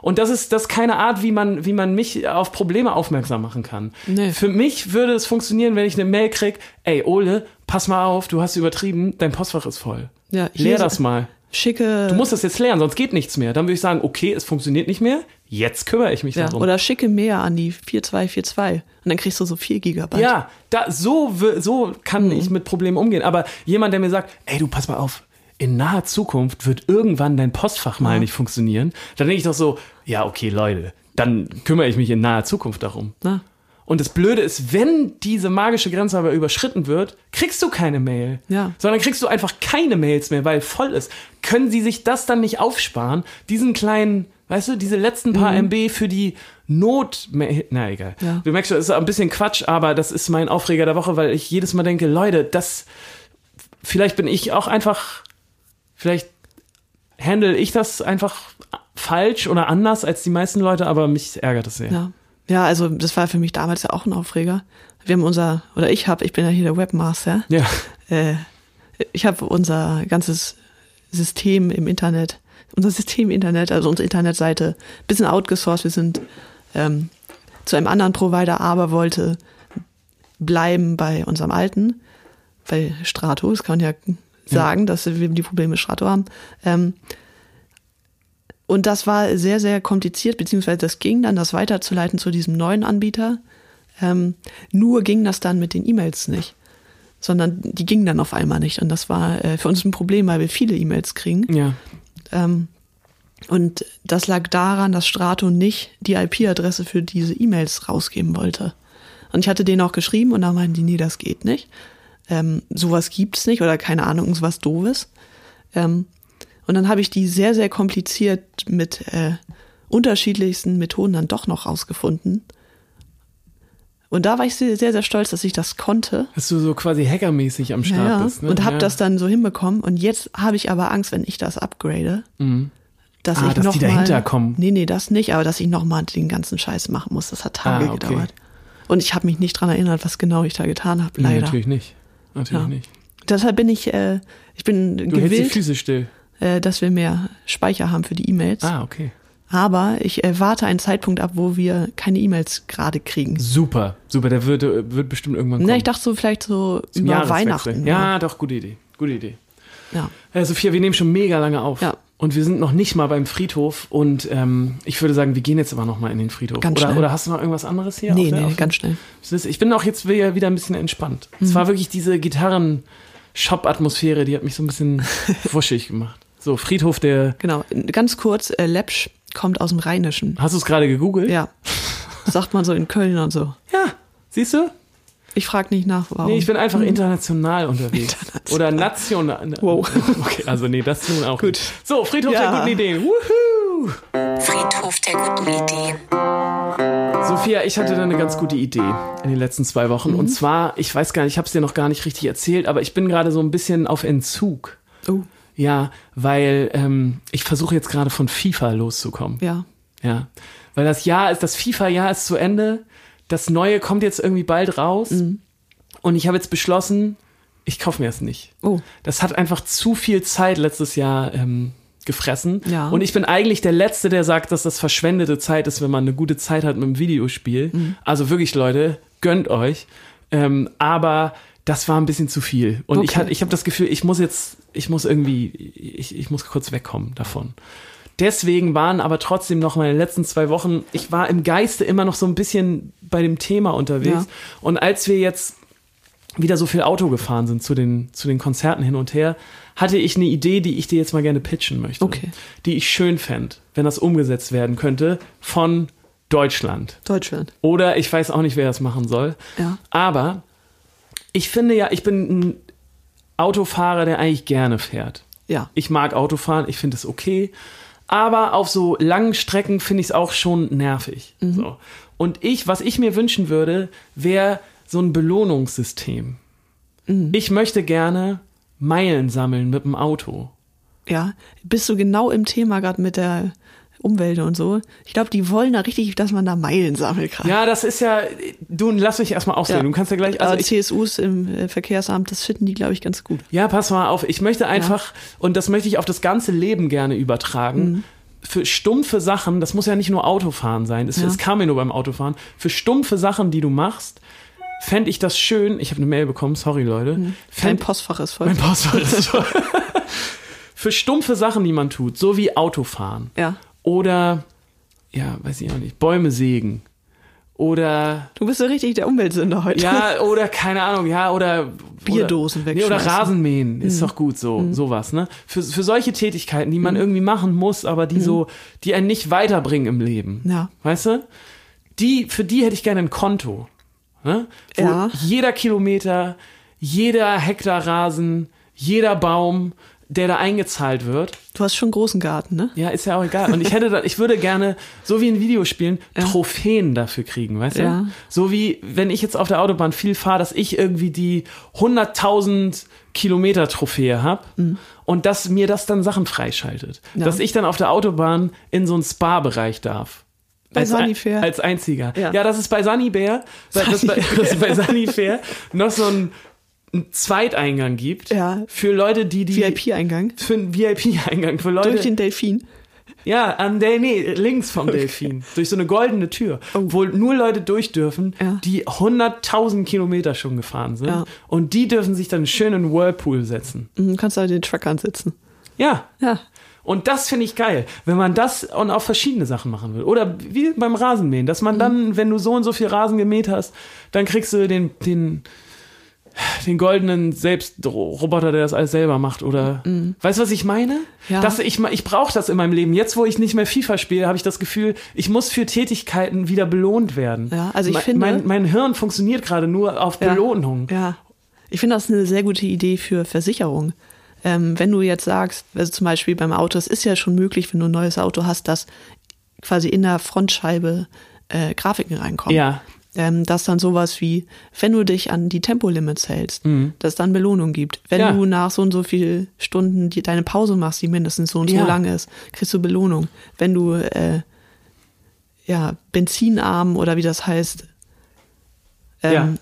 S2: Und das ist das ist keine Art, wie man, wie man mich auf Probleme aufmerksam machen kann.
S3: Nee.
S2: Für mich würde es funktionieren, wenn ich eine Mail krieg, ey Ole, pass mal auf, du hast übertrieben, dein Postfach ist voll.
S3: Ja, hier
S2: Leer
S3: so-
S2: das mal.
S3: Schicke
S2: Du musst das jetzt lernen, sonst geht nichts mehr. Dann würde ich sagen, okay, es funktioniert nicht mehr, jetzt kümmere ich mich
S3: ja,
S2: darum.
S3: oder schicke mehr an die 4242 und dann kriegst du so 4 Gigabyte.
S2: Ja, da, so, wi- so kann ich mit Problemen umgehen. Aber jemand, der mir sagt, ey, du pass mal auf, in naher Zukunft wird irgendwann dein Postfach mal nicht funktionieren, dann denke ich doch so, ja, okay, Leute, dann kümmere ich mich in naher Zukunft darum.
S3: Na?
S2: Und das Blöde ist, wenn diese magische Grenze aber überschritten wird, kriegst du keine Mail.
S3: Ja.
S2: Sondern kriegst du einfach keine Mails mehr, weil voll ist. Können sie sich das dann nicht aufsparen? Diesen kleinen, weißt du, diese letzten paar MB für die Notmail. Na egal.
S3: Mhm. Ja.
S2: Du merkst schon, es ist ein bisschen Quatsch, aber das ist mein Aufreger der Woche, weil ich jedes Mal denke, Leute, das, vielleicht bin ich auch einfach, vielleicht handle ich das einfach falsch oder anders als die meisten Leute, aber mich ärgert das sehr.
S3: Ja. Ja, also das war für mich damals ja auch ein Aufreger. Wir haben unser, oder ich habe, ich bin ja hier der Webmaster,
S2: Ja.
S3: äh, ich habe unser ganzes System im Internet, unser System Internet, also unsere Internetseite, ein bisschen outgesourced. Wir sind ähm, zu einem anderen Provider, aber wollte bleiben bei unserem alten, bei Strato. Das kann man ja sagen, dass wir die Probleme mit Strato haben. Ähm, und das war sehr, sehr kompliziert, beziehungsweise das ging dann, das weiterzuleiten zu diesem neuen Anbieter. Ähm, nur ging das dann mit den E-Mails nicht sondern die gingen dann auf einmal nicht. Und das war äh, für uns ein Problem, weil wir viele E-Mails kriegen.
S2: Ja.
S3: Ähm, und das lag daran, dass Strato nicht die IP-Adresse für diese E-Mails rausgeben wollte. Und ich hatte denen auch geschrieben und dann meinten die, nee, das geht nicht. Ähm, sowas gibt's nicht oder keine Ahnung, sowas Doofes. Ähm, und dann habe ich die sehr, sehr kompliziert mit äh, unterschiedlichsten Methoden dann doch noch rausgefunden. Und da war ich sehr, sehr, sehr stolz, dass ich das konnte.
S2: Dass du so quasi hackermäßig am Start
S3: Ja, ja.
S2: bist. Ne?
S3: Und habe
S2: ja.
S3: das dann so hinbekommen. Und jetzt habe ich aber Angst, wenn ich das upgrade, dass
S2: Ah,
S3: ich
S2: dass
S3: noch
S2: die
S3: mal,
S2: dahinter kommen.
S3: Nee, nee, das nicht, aber dass ich nochmal den ganzen Scheiß machen muss. Das hat Tage
S2: Ah, okay.
S3: gedauert. Und ich habe mich nicht dran erinnert, was genau ich da getan habe,
S2: Nee,
S3: leider.
S2: natürlich nicht. Natürlich
S3: Ja.
S2: nicht.
S3: Deshalb bin ich, äh, ich bin
S2: Du hältst die
S3: gewillt,
S2: Füße still.
S3: äh, dass wir mehr Speicher haben für die E-Mails.
S2: Ah, okay.
S3: Aber ich äh, warte einen Zeitpunkt ab, wo wir keine E-Mails gerade kriegen.
S2: Super, super. Der wird, äh, wird bestimmt irgendwann kommen.
S3: Na, ich dachte so vielleicht so
S2: Zum
S3: über
S2: Jahreswechsel.
S3: Weihnachten. ne?
S2: Ja, doch, gute Idee. Gute Idee.
S3: ja.
S2: Äh, Sophia, wir nehmen schon mega lange auf.
S3: Ja.
S2: Und wir sind noch nicht mal beim Friedhof. Und ähm, ich würde sagen, wir gehen jetzt aber noch mal in den Friedhof.
S3: Ganz
S2: oder,
S3: schnell.
S2: oder hast du noch irgendwas anderes hier?
S3: Nee,
S2: auf der-
S3: nee,
S2: auf-
S3: ganz Mhm. schnell.
S2: Das- Ich bin auch jetzt wieder wieder ein bisschen entspannt. Es war wirklich diese Gitarren-Shop-Atmosphäre, die hat mich so ein
S3: (laughs)
S2: bisschen wuschig gemacht. So, Friedhof der...
S3: Genau, ganz kurz, äh, Lepsch kommt aus dem Rheinischen.
S2: Hast du es gerade gegoogelt?
S3: Ja. Sagt man so in Köln und so.
S2: Ja, siehst du?
S3: Ich frage nicht nach, warum.
S2: Nee, ich bin einfach international unterwegs.
S3: Oh. Mhm. International.
S2: Oder national.
S3: Wow.
S2: (laughs) Okay, also nee, das nun auch
S3: Gut.
S2: nicht. So, Friedhof
S3: Ja.
S2: der guten Ideen. Woohoo!
S1: Friedhof der guten Ideen.
S2: Sophia, ich hatte da eine ganz gute Idee in den letzten zwei Wochen.
S3: Mhm.
S2: Und zwar, ich weiß gar nicht, ich habe es dir noch gar nicht richtig erzählt, aber ich bin gerade so ein bisschen auf Entzug.
S3: oh,
S2: Ja, weil ähm, ich versuche jetzt gerade von FIFA loszukommen.
S3: ja.
S2: Ja, weil das Jahr ist, das FIFA-Jahr ist zu Ende. Das Neue kommt jetzt irgendwie bald raus. Und ich habe jetzt beschlossen, ich kaufe mir das nicht.
S3: Oh.
S2: Das hat einfach zu viel Zeit letztes Jahr ähm, gefressen.
S3: Ja.
S2: Und ich bin eigentlich der Letzte, der sagt, dass das verschwendete Zeit ist, wenn man eine gute Zeit hat mit dem Videospiel.
S3: Mhm.
S2: Also wirklich, Leute, gönnt euch. Ähm, aber das war ein bisschen zu viel. Und ich,
S3: Okay.
S2: hat- ich habe das Gefühl, ich muss jetzt, ich muss irgendwie, ich, ich muss kurz wegkommen davon. Deswegen waren aber trotzdem noch meine letzten zwei Wochen, ich war im Geiste immer noch so ein bisschen bei dem Thema unterwegs.
S3: Ja.
S2: Und als wir jetzt wieder so viel Auto gefahren sind zu den, zu den Konzerten hin und her, hatte ich eine Idee, die ich dir jetzt mal gerne pitchen möchte.
S3: Okay.
S2: Die ich schön fände, wenn das umgesetzt werden könnte von Deutschland.
S3: Deutschland.
S2: Oder ich weiß auch nicht, wer das machen soll.
S3: Ja.
S2: Aber ich finde ja, ich bin ein Autofahrer, der eigentlich gerne fährt.
S3: Ja.
S2: Ich mag Autofahren, ich finde es okay. Aber auf so langen Strecken finde ich es auch schon nervig. So. Und ich, was ich mir wünschen würde, wäre so ein Belohnungssystem. Ich möchte gerne Meilen sammeln mit dem Auto.
S3: Ja. Bist du genau im Thema gerade mit der Umwelt und so? Ich glaube, die wollen da richtig, dass man da Meilen sammeln kann.
S2: Ja, das ist ja. Du, lass mich erstmal ausreden. Du kannst ja gleich.
S3: Also
S2: Also ich,
S3: CSUs im äh, Verkehrsamt, das finden die, glaube ich, ganz gut.
S2: ja, pass mal auf. Ich möchte einfach, und das möchte ich auf das ganze Leben gerne übertragen.
S3: Mhm.
S2: Für stumpfe Sachen, das muss ja nicht nur Autofahren sein, es,
S3: Ja.
S2: es kam mir nur beim Autofahren. Für stumpfe Sachen, die du machst, fände ich das schön. Ich habe eine Mail bekommen, sorry Leute.
S3: Mhm.
S2: (laughs)
S3: Kein
S2: Fänd-
S3: Postfach ist voll.
S2: Mein Postfach ist voll. (laughs) Für stumpfe Sachen, die man tut, so wie Autofahren.
S3: Ja.
S2: Oder, ja, weiß ich auch nicht, Bäume sägen. Oder,
S3: Du bist ja richtig der Umweltsünder heute.
S2: ja, oder keine Ahnung, ja, oder.
S3: Bierdosen
S2: oder, nee, Oder
S3: wegschmeißen. Mhm.
S2: Rasenmähen ist doch gut, so, sowas, ne? Für, für solche Tätigkeiten, die man irgendwie machen muss, aber die so, die einen nicht weiterbringen im Leben.
S3: Mhm. Ja.
S2: Weißt du? Die, für die hätte ich gerne ein Konto. Ne? Wo
S3: Ja.
S2: jeder Kilometer, jeder Hektar Rasen, jeder Baum, der da eingezahlt wird,
S3: Du hast schon einen großen Garten, ne?
S2: ja, ist ja auch egal. Und ich hätte da, ich würde gerne, so wie in Videospielen, Trophäen dafür kriegen, weißt
S3: Ja.
S2: du? So wie, wenn ich jetzt auf der Autobahn viel fahre, dass ich irgendwie die 100.000 Kilometer Trophäe habe und dass mir das dann Sachen freischaltet.
S3: Mhm. Ja.
S2: Dass ich dann auf der Autobahn in so einen Spa-Bereich darf.
S3: Bei
S2: Als
S3: Sunny
S2: ein-
S3: Fair.
S2: Als einziger. Ja.
S3: Ja.
S2: das ist bei Sunny Bear, bei, das, bei, (laughs) das bei Sunny Fair noch so ein, ein Zweiteingang gibt
S3: Ja.
S2: für Leute, die die
S3: VIP-Eingang.
S2: für einen VIP-Eingang für Leute
S3: Durch den Delfin.
S2: ja, an der, nee, links vom Delfin. Durch so eine goldene Tür. Wo nur Leute durch dürfen,
S3: Oh. Ja.
S2: die 100.000 Kilometer schon gefahren sind.
S3: Ja.
S2: Und die dürfen sich dann schön in einen Whirlpool setzen.
S3: Mhm, kannst du den Truck ansitzen.
S2: Ja.
S3: Ja.
S2: Und das finde ich geil, wenn man das und auf verschiedene Sachen machen will. Oder wie beim Rasenmähen, dass
S3: Mhm.
S2: man dann, wenn du so und so viel Rasen gemäht hast, dann kriegst du den, den, den goldenen Selbstroboter, der das alles selber macht. Oder weißt du, was ich meine?
S3: Mhm. Ja.
S2: Dass ich, ma- ich brauche das in meinem Leben. Jetzt, wo ich nicht mehr FIFA spiele, habe ich das Gefühl, ich muss für Tätigkeiten wieder belohnt werden.
S3: Ja, also ich
S2: Me-
S3: finde-
S2: Mein, mein Hirn funktioniert gerade nur auf
S3: Ja.
S2: Belohnung.
S3: Ja. Ich finde das eine sehr gute Idee für Versicherungen. Ähm, wenn du jetzt sagst, also zum Beispiel beim Auto, es ist ja schon möglich, wenn du ein neues Auto hast, dass quasi in der Frontscheibe äh, Grafiken reinkommen.
S2: Ja.
S3: Ähm, dass dann sowas wie, wenn du dich an die Tempolimits hältst, dass dann Belohnung gibt. Wenn
S2: Mhm. Ja.
S3: du nach so und so viel Stunden die, deine Pause machst, die mindestens so und
S2: Ja.
S3: so lang ist, kriegst du Belohnung. Wenn du äh, ja, benzinarm oder wie das heißt, ähm,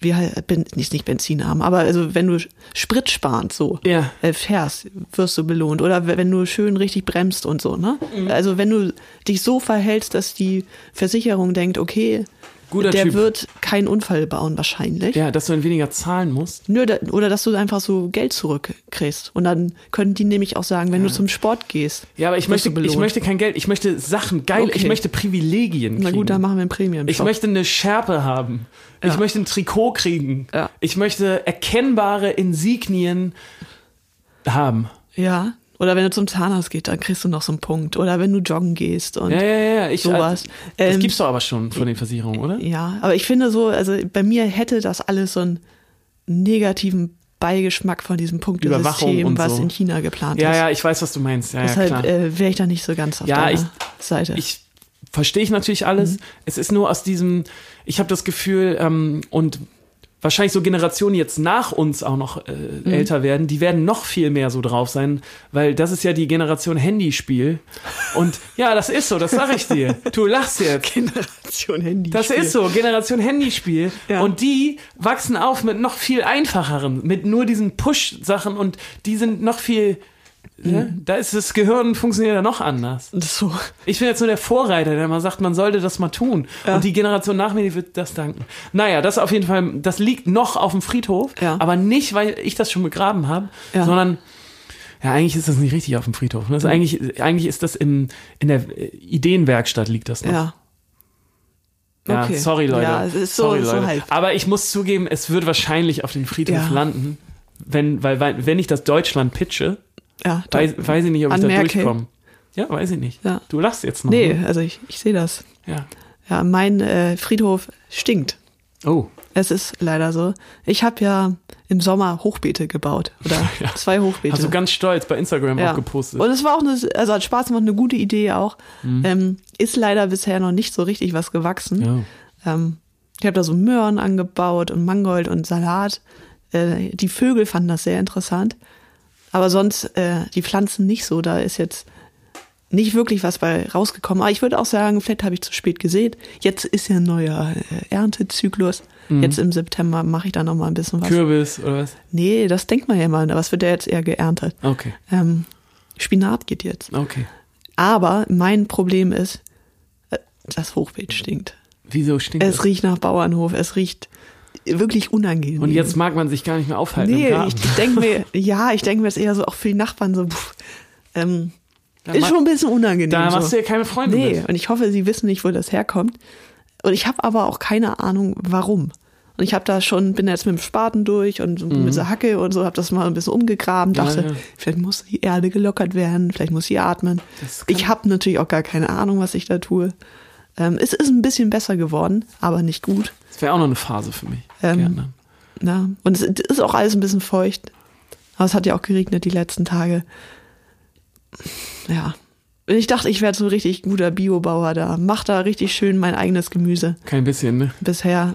S3: wie halt, ben, nicht, nicht benzinarm, aber also wenn du spritsparend so
S2: Ja.
S3: äh, fährst, wirst du belohnt. Oder w- wenn du schön richtig bremst und so, ne?
S2: Mhm.
S3: Also wenn du dich so verhältst, dass die Versicherung denkt, okay,
S2: Guter
S3: der
S2: Typ.
S3: wird keinen Unfall bauen wahrscheinlich.
S2: ja, dass du dann weniger zahlen musst.
S3: Nö, da, oder dass du einfach so Geld zurückkriegst. Und dann können die nämlich auch sagen, wenn du zum Sport gehst.
S2: Ja, aber ich
S3: wirst
S2: möchte,
S3: du belohnt.
S2: ich möchte kein Geld, ich möchte Sachen geil,
S3: Okay.
S2: ich möchte Privilegien kriegen.
S3: Na gut, dann machen wir einen Premium.
S2: ich möchte eine Schärpe haben. Ich
S3: Ja.
S2: möchte ein Trikot kriegen.
S3: Ja.
S2: Ich möchte erkennbare Insignien haben.
S3: Ja. Oder wenn du zum Zahnarzt gehst, dann kriegst du noch so einen Punkt. Oder wenn du joggen gehst und
S2: Ja, ja, ja. Ich,
S3: sowas.
S2: Das
S3: Ähm, äh,
S2: gibt's doch aber schon von den Versicherungen, oder?
S3: Ja, aber ich finde so, also bei mir hätte das alles so einen negativen Beigeschmack von diesem
S2: Überwachung und
S3: Punktesystem, was
S2: so.
S3: in China geplant
S2: Ja,
S3: ist.
S2: ja, ich weiß, was du meinst. Ja, ja,
S3: Deshalb
S2: klar.
S3: äh, wäre ich da nicht so ganz auf
S2: Ja,
S3: deiner
S2: ich-
S3: Seite.
S2: Ich (laughs) verstehe ich natürlich alles. Es ist nur aus diesem, ich habe das Gefühl, ähm, und wahrscheinlich so Generationen die jetzt nach uns auch noch äh, älter werden, die werden noch viel mehr so drauf sein, weil das ist ja die Generation Handyspiel. Und ja, das ist so, das sage ich dir. Du lachst jetzt.
S3: Generation Handy.
S2: Das ist so, Generation Handyspiel.
S3: Ja.
S2: Und die wachsen auf mit noch viel einfacheren, mit nur diesen Push-Sachen und die sind noch viel. Ne? Da ist das Gehirn funktioniert ja noch anders.
S3: so.
S2: Ich bin jetzt nur der Vorreiter, der mal sagt, man sollte das mal tun. Und die Generation nach mir, die wird das danken. Naja, das auf jeden Fall, das liegt noch auf dem Friedhof,
S3: Ja.
S2: aber nicht, weil ich das schon begraben habe,
S3: Ja. Mhm.
S2: sondern ja, eigentlich ist das nicht richtig auf dem Friedhof. ne? Das ist eigentlich, eigentlich ist das im, in der äh, Ideenwerkstatt liegt das noch.
S3: Ja.
S2: Ja,
S3: Okay.
S2: sorry, Leute.
S3: Ja, es ist so-
S2: sorry,
S3: so
S2: Leute.
S3: halb.
S2: Aber ich muss zugeben, es wird wahrscheinlich auf dem Friedhof
S3: Ja.
S2: landen, wenn, weil, weil, wenn ich das Deutschland pitche,
S3: Ja, doch.
S2: weiß, weiß ich nicht, ob ich
S3: An
S2: da
S3: Merkel.
S2: durchkomme. Ja, weiß ich nicht.
S3: Ja.
S2: Du lachst jetzt noch.
S3: Nee,
S2: ne?
S3: also ich, ich sehe das.
S2: Ja.
S3: Ja, mein äh, Friedhof stinkt.
S2: Oh.
S3: Es ist leider so. Ich habe ja im Sommer Hochbeete gebaut
S2: (laughs)
S3: oder
S2: Ja.
S3: zwei Hochbeete.
S2: Hast du ganz stolz bei Instagram
S3: ja.
S2: auch gepostet. Mhm.
S3: Und es war auch eine, also hat Spaß gemacht, eine gute Idee auch. Ähm, ist leider bisher noch nicht so richtig was gewachsen.
S2: ja.
S3: Ähm, ich habe da so Möhren angebaut und Mangold und Salat. Äh, die Vögel fanden das sehr interessant. Aber sonst äh, die Pflanzen nicht so. Da ist jetzt nicht wirklich was bei rausgekommen. Aber ich würde auch sagen, vielleicht habe ich zu spät gesät. Jetzt ist ja ein neuer äh, Erntezyklus. Jetzt im September mache ich da noch mal ein bisschen was.
S2: Kürbis oder was?
S3: nee, das denkt man ja immer. Was wird der jetzt eher geerntet?
S2: Okay,
S3: Ähm, Spinat geht jetzt.
S2: okay.
S3: Aber mein Problem ist, äh, das Hochbeet stinkt.
S2: Wieso stinkt
S3: Es
S2: das?
S3: riecht nach Bauernhof, es riecht wirklich unangenehm.
S2: Und jetzt mag man sich gar nicht mehr aufhalten im
S3: Nee, ich
S2: Garten.
S3: denke mir, ja, ich denke mir das eher so auch für die Nachbarn so, pff, ähm,
S2: Da
S3: ist
S2: ma-
S3: schon ein bisschen unangenehm.
S2: da
S3: so.
S2: machst du ja keine Freunde
S3: Nee,
S2: mit.
S3: und ich hoffe, sie wissen nicht, wo das herkommt. Und ich habe aber auch keine Ahnung, warum. Und ich habe da schon, bin jetzt mit dem Spaten durch und mit dieser Hacke und so, habe das mal ein bisschen umgegraben,
S2: Mhm. Ja,
S3: dachte,
S2: ja.
S3: vielleicht muss die Erde gelockert werden, vielleicht muss sie atmen.
S2: Das kann-
S3: Ich habe natürlich auch gar keine Ahnung, was ich da tue. Ähm, es ist ein bisschen besser geworden, aber nicht gut.
S2: Das wäre auch noch eine Phase für mich.
S3: Ähm,
S2: Gerne.
S3: Ja, und es ist auch alles ein bisschen feucht. Aber es hat ja auch geregnet die letzten Tage. Ja. Und Ich dachte, ich werde so ein richtig guter Biobauer da. Mach da richtig schön mein eigenes Gemüse.
S2: Kein bisschen, ne?
S3: Bisher,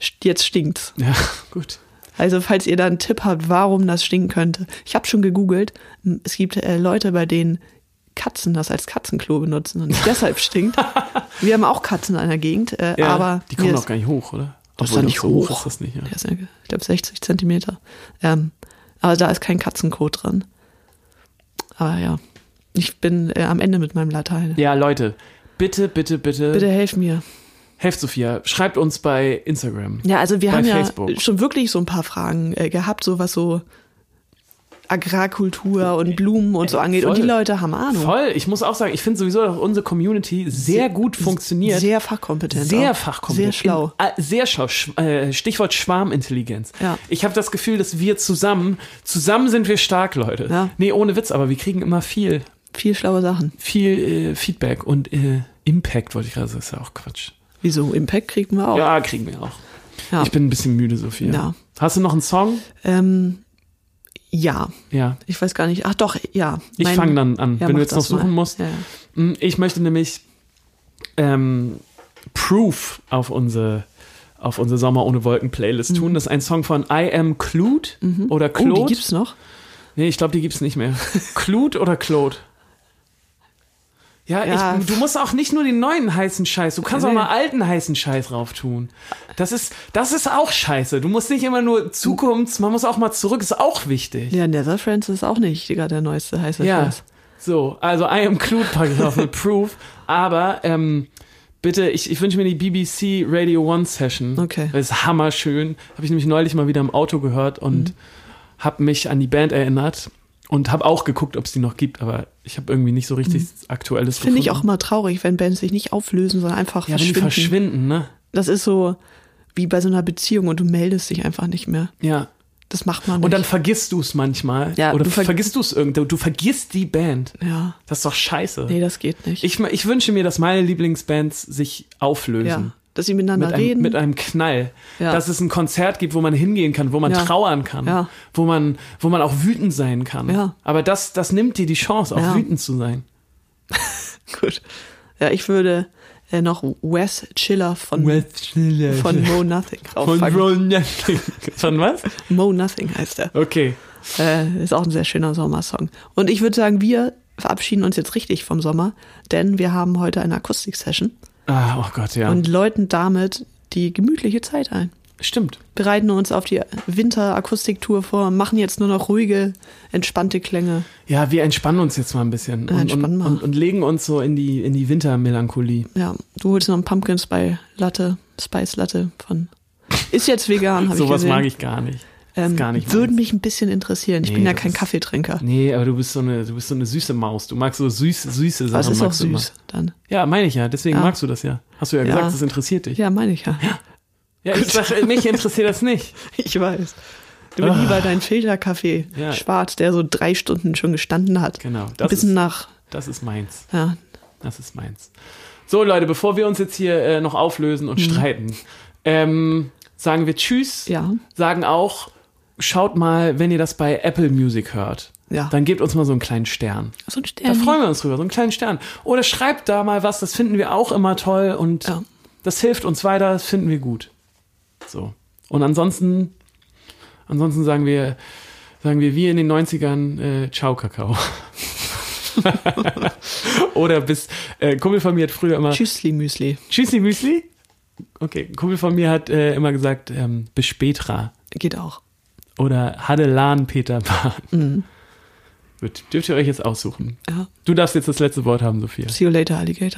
S3: st- jetzt stinkt's.
S2: Ja, (laughs) gut.
S3: Also, falls ihr da einen Tipp habt, warum das stinken könnte. Ich habe schon gegoogelt. M, Es gibt äh, Leute, bei denen Katzen das als Katzenklo benutzen und es deshalb stinkt.
S2: (laughs)
S3: Wir haben auch Katzen in einer Gegend, äh,
S2: Ja,
S3: aber
S2: die kommen
S3: mir
S2: auch gar nicht hoch, oder?
S3: Das ist
S2: Obwohl,
S3: doch nicht
S2: so hoch
S3: hoch.
S2: ist das nicht, ja.
S3: Der ist, ja, ich glaube, 60 Zentimeter. Ähm, aber da ist kein Katzenkot dran. Aber ja, ich bin äh, am Ende mit meinem Latein.
S2: Ja, Leute, bitte, bitte, bitte,
S3: Bitte helf mir.
S2: helft Sophia. Schreibt uns bei Instagram.
S3: Ja, also wir
S2: Bei
S3: haben ja
S2: Facebook.
S3: schon wirklich so ein paar Fragen äh, gehabt, so was so Agrarkultur und Blumen und so angeht. Und die
S2: voll.
S3: Leute haben Ahnung.
S2: Voll, ich muss auch sagen, ich finde sowieso, dass unsere Community sehr gut funktioniert.
S3: Sehr fachkompetent.
S2: sehr
S3: auch.
S2: fachkompetent.
S3: Sehr schlau.
S2: In, äh, sehr schlau. Sch, äh, Stichwort Schwarmintelligenz.
S3: Ja.
S2: Ich habe das Gefühl, dass wir zusammen, zusammen sind wir stark, Leute.
S3: Ja.
S2: Nee, ohne Witz, aber wir kriegen immer viel,
S3: Viel schlaue Sachen.
S2: viel äh, Feedback und äh, Impact, wollte ich gerade sagen. Das ist ja auch Quatsch.
S3: Wieso? Impact kriegen wir auch.
S2: Ja, kriegen wir auch.
S3: Ja.
S2: Ich bin ein bisschen müde, Sophia.
S3: Ja.
S2: Hast du noch einen Song?
S3: Ähm, ja.
S2: Ja.
S3: Ich weiß gar nicht. Ach doch, ja.
S2: Ich
S3: Mein-
S2: fange dann an,
S3: Ja,
S2: wenn
S3: mach
S2: du jetzt noch
S3: das mal.
S2: suchen musst.
S3: Ja, Oh, ja.
S2: Mm, Ich möchte nämlich ähm, Proof auf unsere, auf unsere Sommer ohne Wolken Playlist tun. Das ist ein Song von I Am Clute oder
S3: Mhm. Oh,
S2: Claude.
S3: die gibt's noch?
S2: nee, ich glaube, die gibt's nicht
S3: (laughs)
S2: mehr. Clute oder Claude? Ja,
S3: Ja,
S2: Ich, du musst auch nicht nur den neuen heißen Scheiß, du kannst auch
S3: Nee.
S2: mal alten heißen Scheiß drauf tun. Das ist, das ist auch scheiße. Du musst nicht immer nur Zukunfts, man muss auch mal zurück, ist auch wichtig.
S3: Ja, Nether Friends ist auch nicht gerade der neueste heiße
S2: Ja.
S3: Scheiß.
S2: So, also I am Clued packe ich auf
S3: (laughs)
S2: mit Proof. Aber ähm, bitte, ich, ich wünsche mir die BBC Radio One Session.
S3: Okay.
S2: Das ist hammerschön. Habe ich nämlich neulich mal wieder im Auto gehört
S3: Mhm.
S2: und habe mich an die Band erinnert und habe auch geguckt, ob es die noch gibt, aber ich habe irgendwie nicht so richtig aktuelles
S3: Finde Mhm. ich auch
S2: gefunden.
S3: immer traurig, wenn Bands sich nicht auflösen, sondern einfach
S2: Ja, wenn die
S3: verschwinden.
S2: verschwinden, ne?
S3: Das ist so wie bei so einer Beziehung und du meldest dich einfach nicht mehr.
S2: Ja.
S3: Das macht man nicht.
S2: Und dann vergisst du es manchmal.
S3: Ja,
S2: Oder
S3: du ver-
S2: vergisst du es irgendwie. Du vergisst die Band.
S3: ja,
S2: Das ist doch scheiße.
S3: nee, das geht nicht.
S2: Ich, ich wünsche mir, dass meine Lieblingsbands sich auflösen.
S3: ja, dass sie miteinander
S2: mit
S3: reden.
S2: einem, mit einem Knall.
S3: Ja.
S2: Dass es ein Konzert gibt, wo man hingehen kann, wo man
S3: Ja.
S2: trauern kann,
S3: Ja.
S2: wo, man, wo man auch wütend sein kann.
S3: Ja.
S2: Aber das, das nimmt dir die Chance, auch
S3: Ja.
S2: wütend zu sein.
S3: Gut. Ja, ich würde äh, noch Wes Chiller von, von Mo Nothing
S2: von,
S3: auffangen.
S2: (laughs) von was?
S3: Mo Nothing heißt er.
S2: Okay.
S3: Äh, ist auch ein sehr schöner Sommersong. Und ich würde sagen, wir verabschieden uns jetzt richtig vom Sommer, denn wir haben heute eine Akustik-Session
S2: Ah, oh Gott, ja.
S3: und läuten damit die gemütliche Zeit ein.
S2: Stimmt.
S3: Bereiten uns auf die Winter-Akustiktour vor, machen jetzt nur noch ruhige, entspannte Klänge.
S2: Ja, wir entspannen uns jetzt mal ein bisschen und,
S3: entspann
S2: und,
S3: mal.
S2: und, und legen uns so in die, in die Wintermelancholie.
S3: Ja, du holst noch einen Pumpkin Spice Latte, Spice Latte von. Ist jetzt vegan, habe ich
S2: Sowas
S3: gesehen.
S2: mag ich gar nicht.
S3: ähm,
S2: gar nicht
S3: würden mich ein bisschen interessieren. Ich
S2: Nee,
S3: bin ja
S2: das
S3: kein
S2: ist-
S3: Kaffeetrinker.
S2: Nee, aber du bist so eine, du bist so eine süße Maus. Du magst so süß, süße Sachen.
S3: Aber es ist auch
S2: magst du immer.
S3: süß dann.
S2: Ja, meine ich ja. Deswegen
S3: Ja.
S2: magst du das ja. Hast du ja,
S3: Ja.
S2: gesagt, das interessiert dich. Ja,
S3: Ja, meine ich ja.
S2: ich sag, äh, mich interessiert das nicht.
S3: (laughs) Ich weiß. Du bist lieber dein Filterkaffee
S2: Ah. Ja.
S3: schwarz, der so drei Stunden schon gestanden hat.
S2: (laughs) Genau,
S3: Ein
S2: das
S3: bisschen
S2: ist-
S3: nach,
S2: Das ist meins.
S3: ja,
S2: Das ist meins. So, Leute, bevor wir uns jetzt hier äh, noch auflösen und streiten, ähm, sagen wir Tschüss.
S3: Mhm. Ja.
S2: Sagen auch, schaut mal, wenn ihr das bei Apple Music hört.
S3: Ja.
S2: Dann gebt uns mal so einen kleinen Stern.
S3: so ein
S2: Da
S3: Stern.
S2: freuen wir uns drüber, so einen kleinen Stern. Oder schreibt da mal was, das finden wir auch immer toll und
S3: Ja.
S2: das hilft uns weiter, das finden wir gut. So. Und ansonsten, ansonsten sagen wir, sagen wir wie in den 90ern, äh, ciao Kakao. (laughs) Oder bis, äh, Kumpel von mir hat früher immer,
S3: Tschüssli Müsli.
S2: Tschüssi Müsli. Okay, ein Kumpel von mir hat äh, immer gesagt, ähm, bis später.
S3: Geht auch.
S2: Oder Hadelan Peter Pan. Gut, dürft ihr euch jetzt aussuchen.
S3: Ja.
S2: Du darfst jetzt das letzte Wort haben, Sophia.
S3: See you later, Alligator.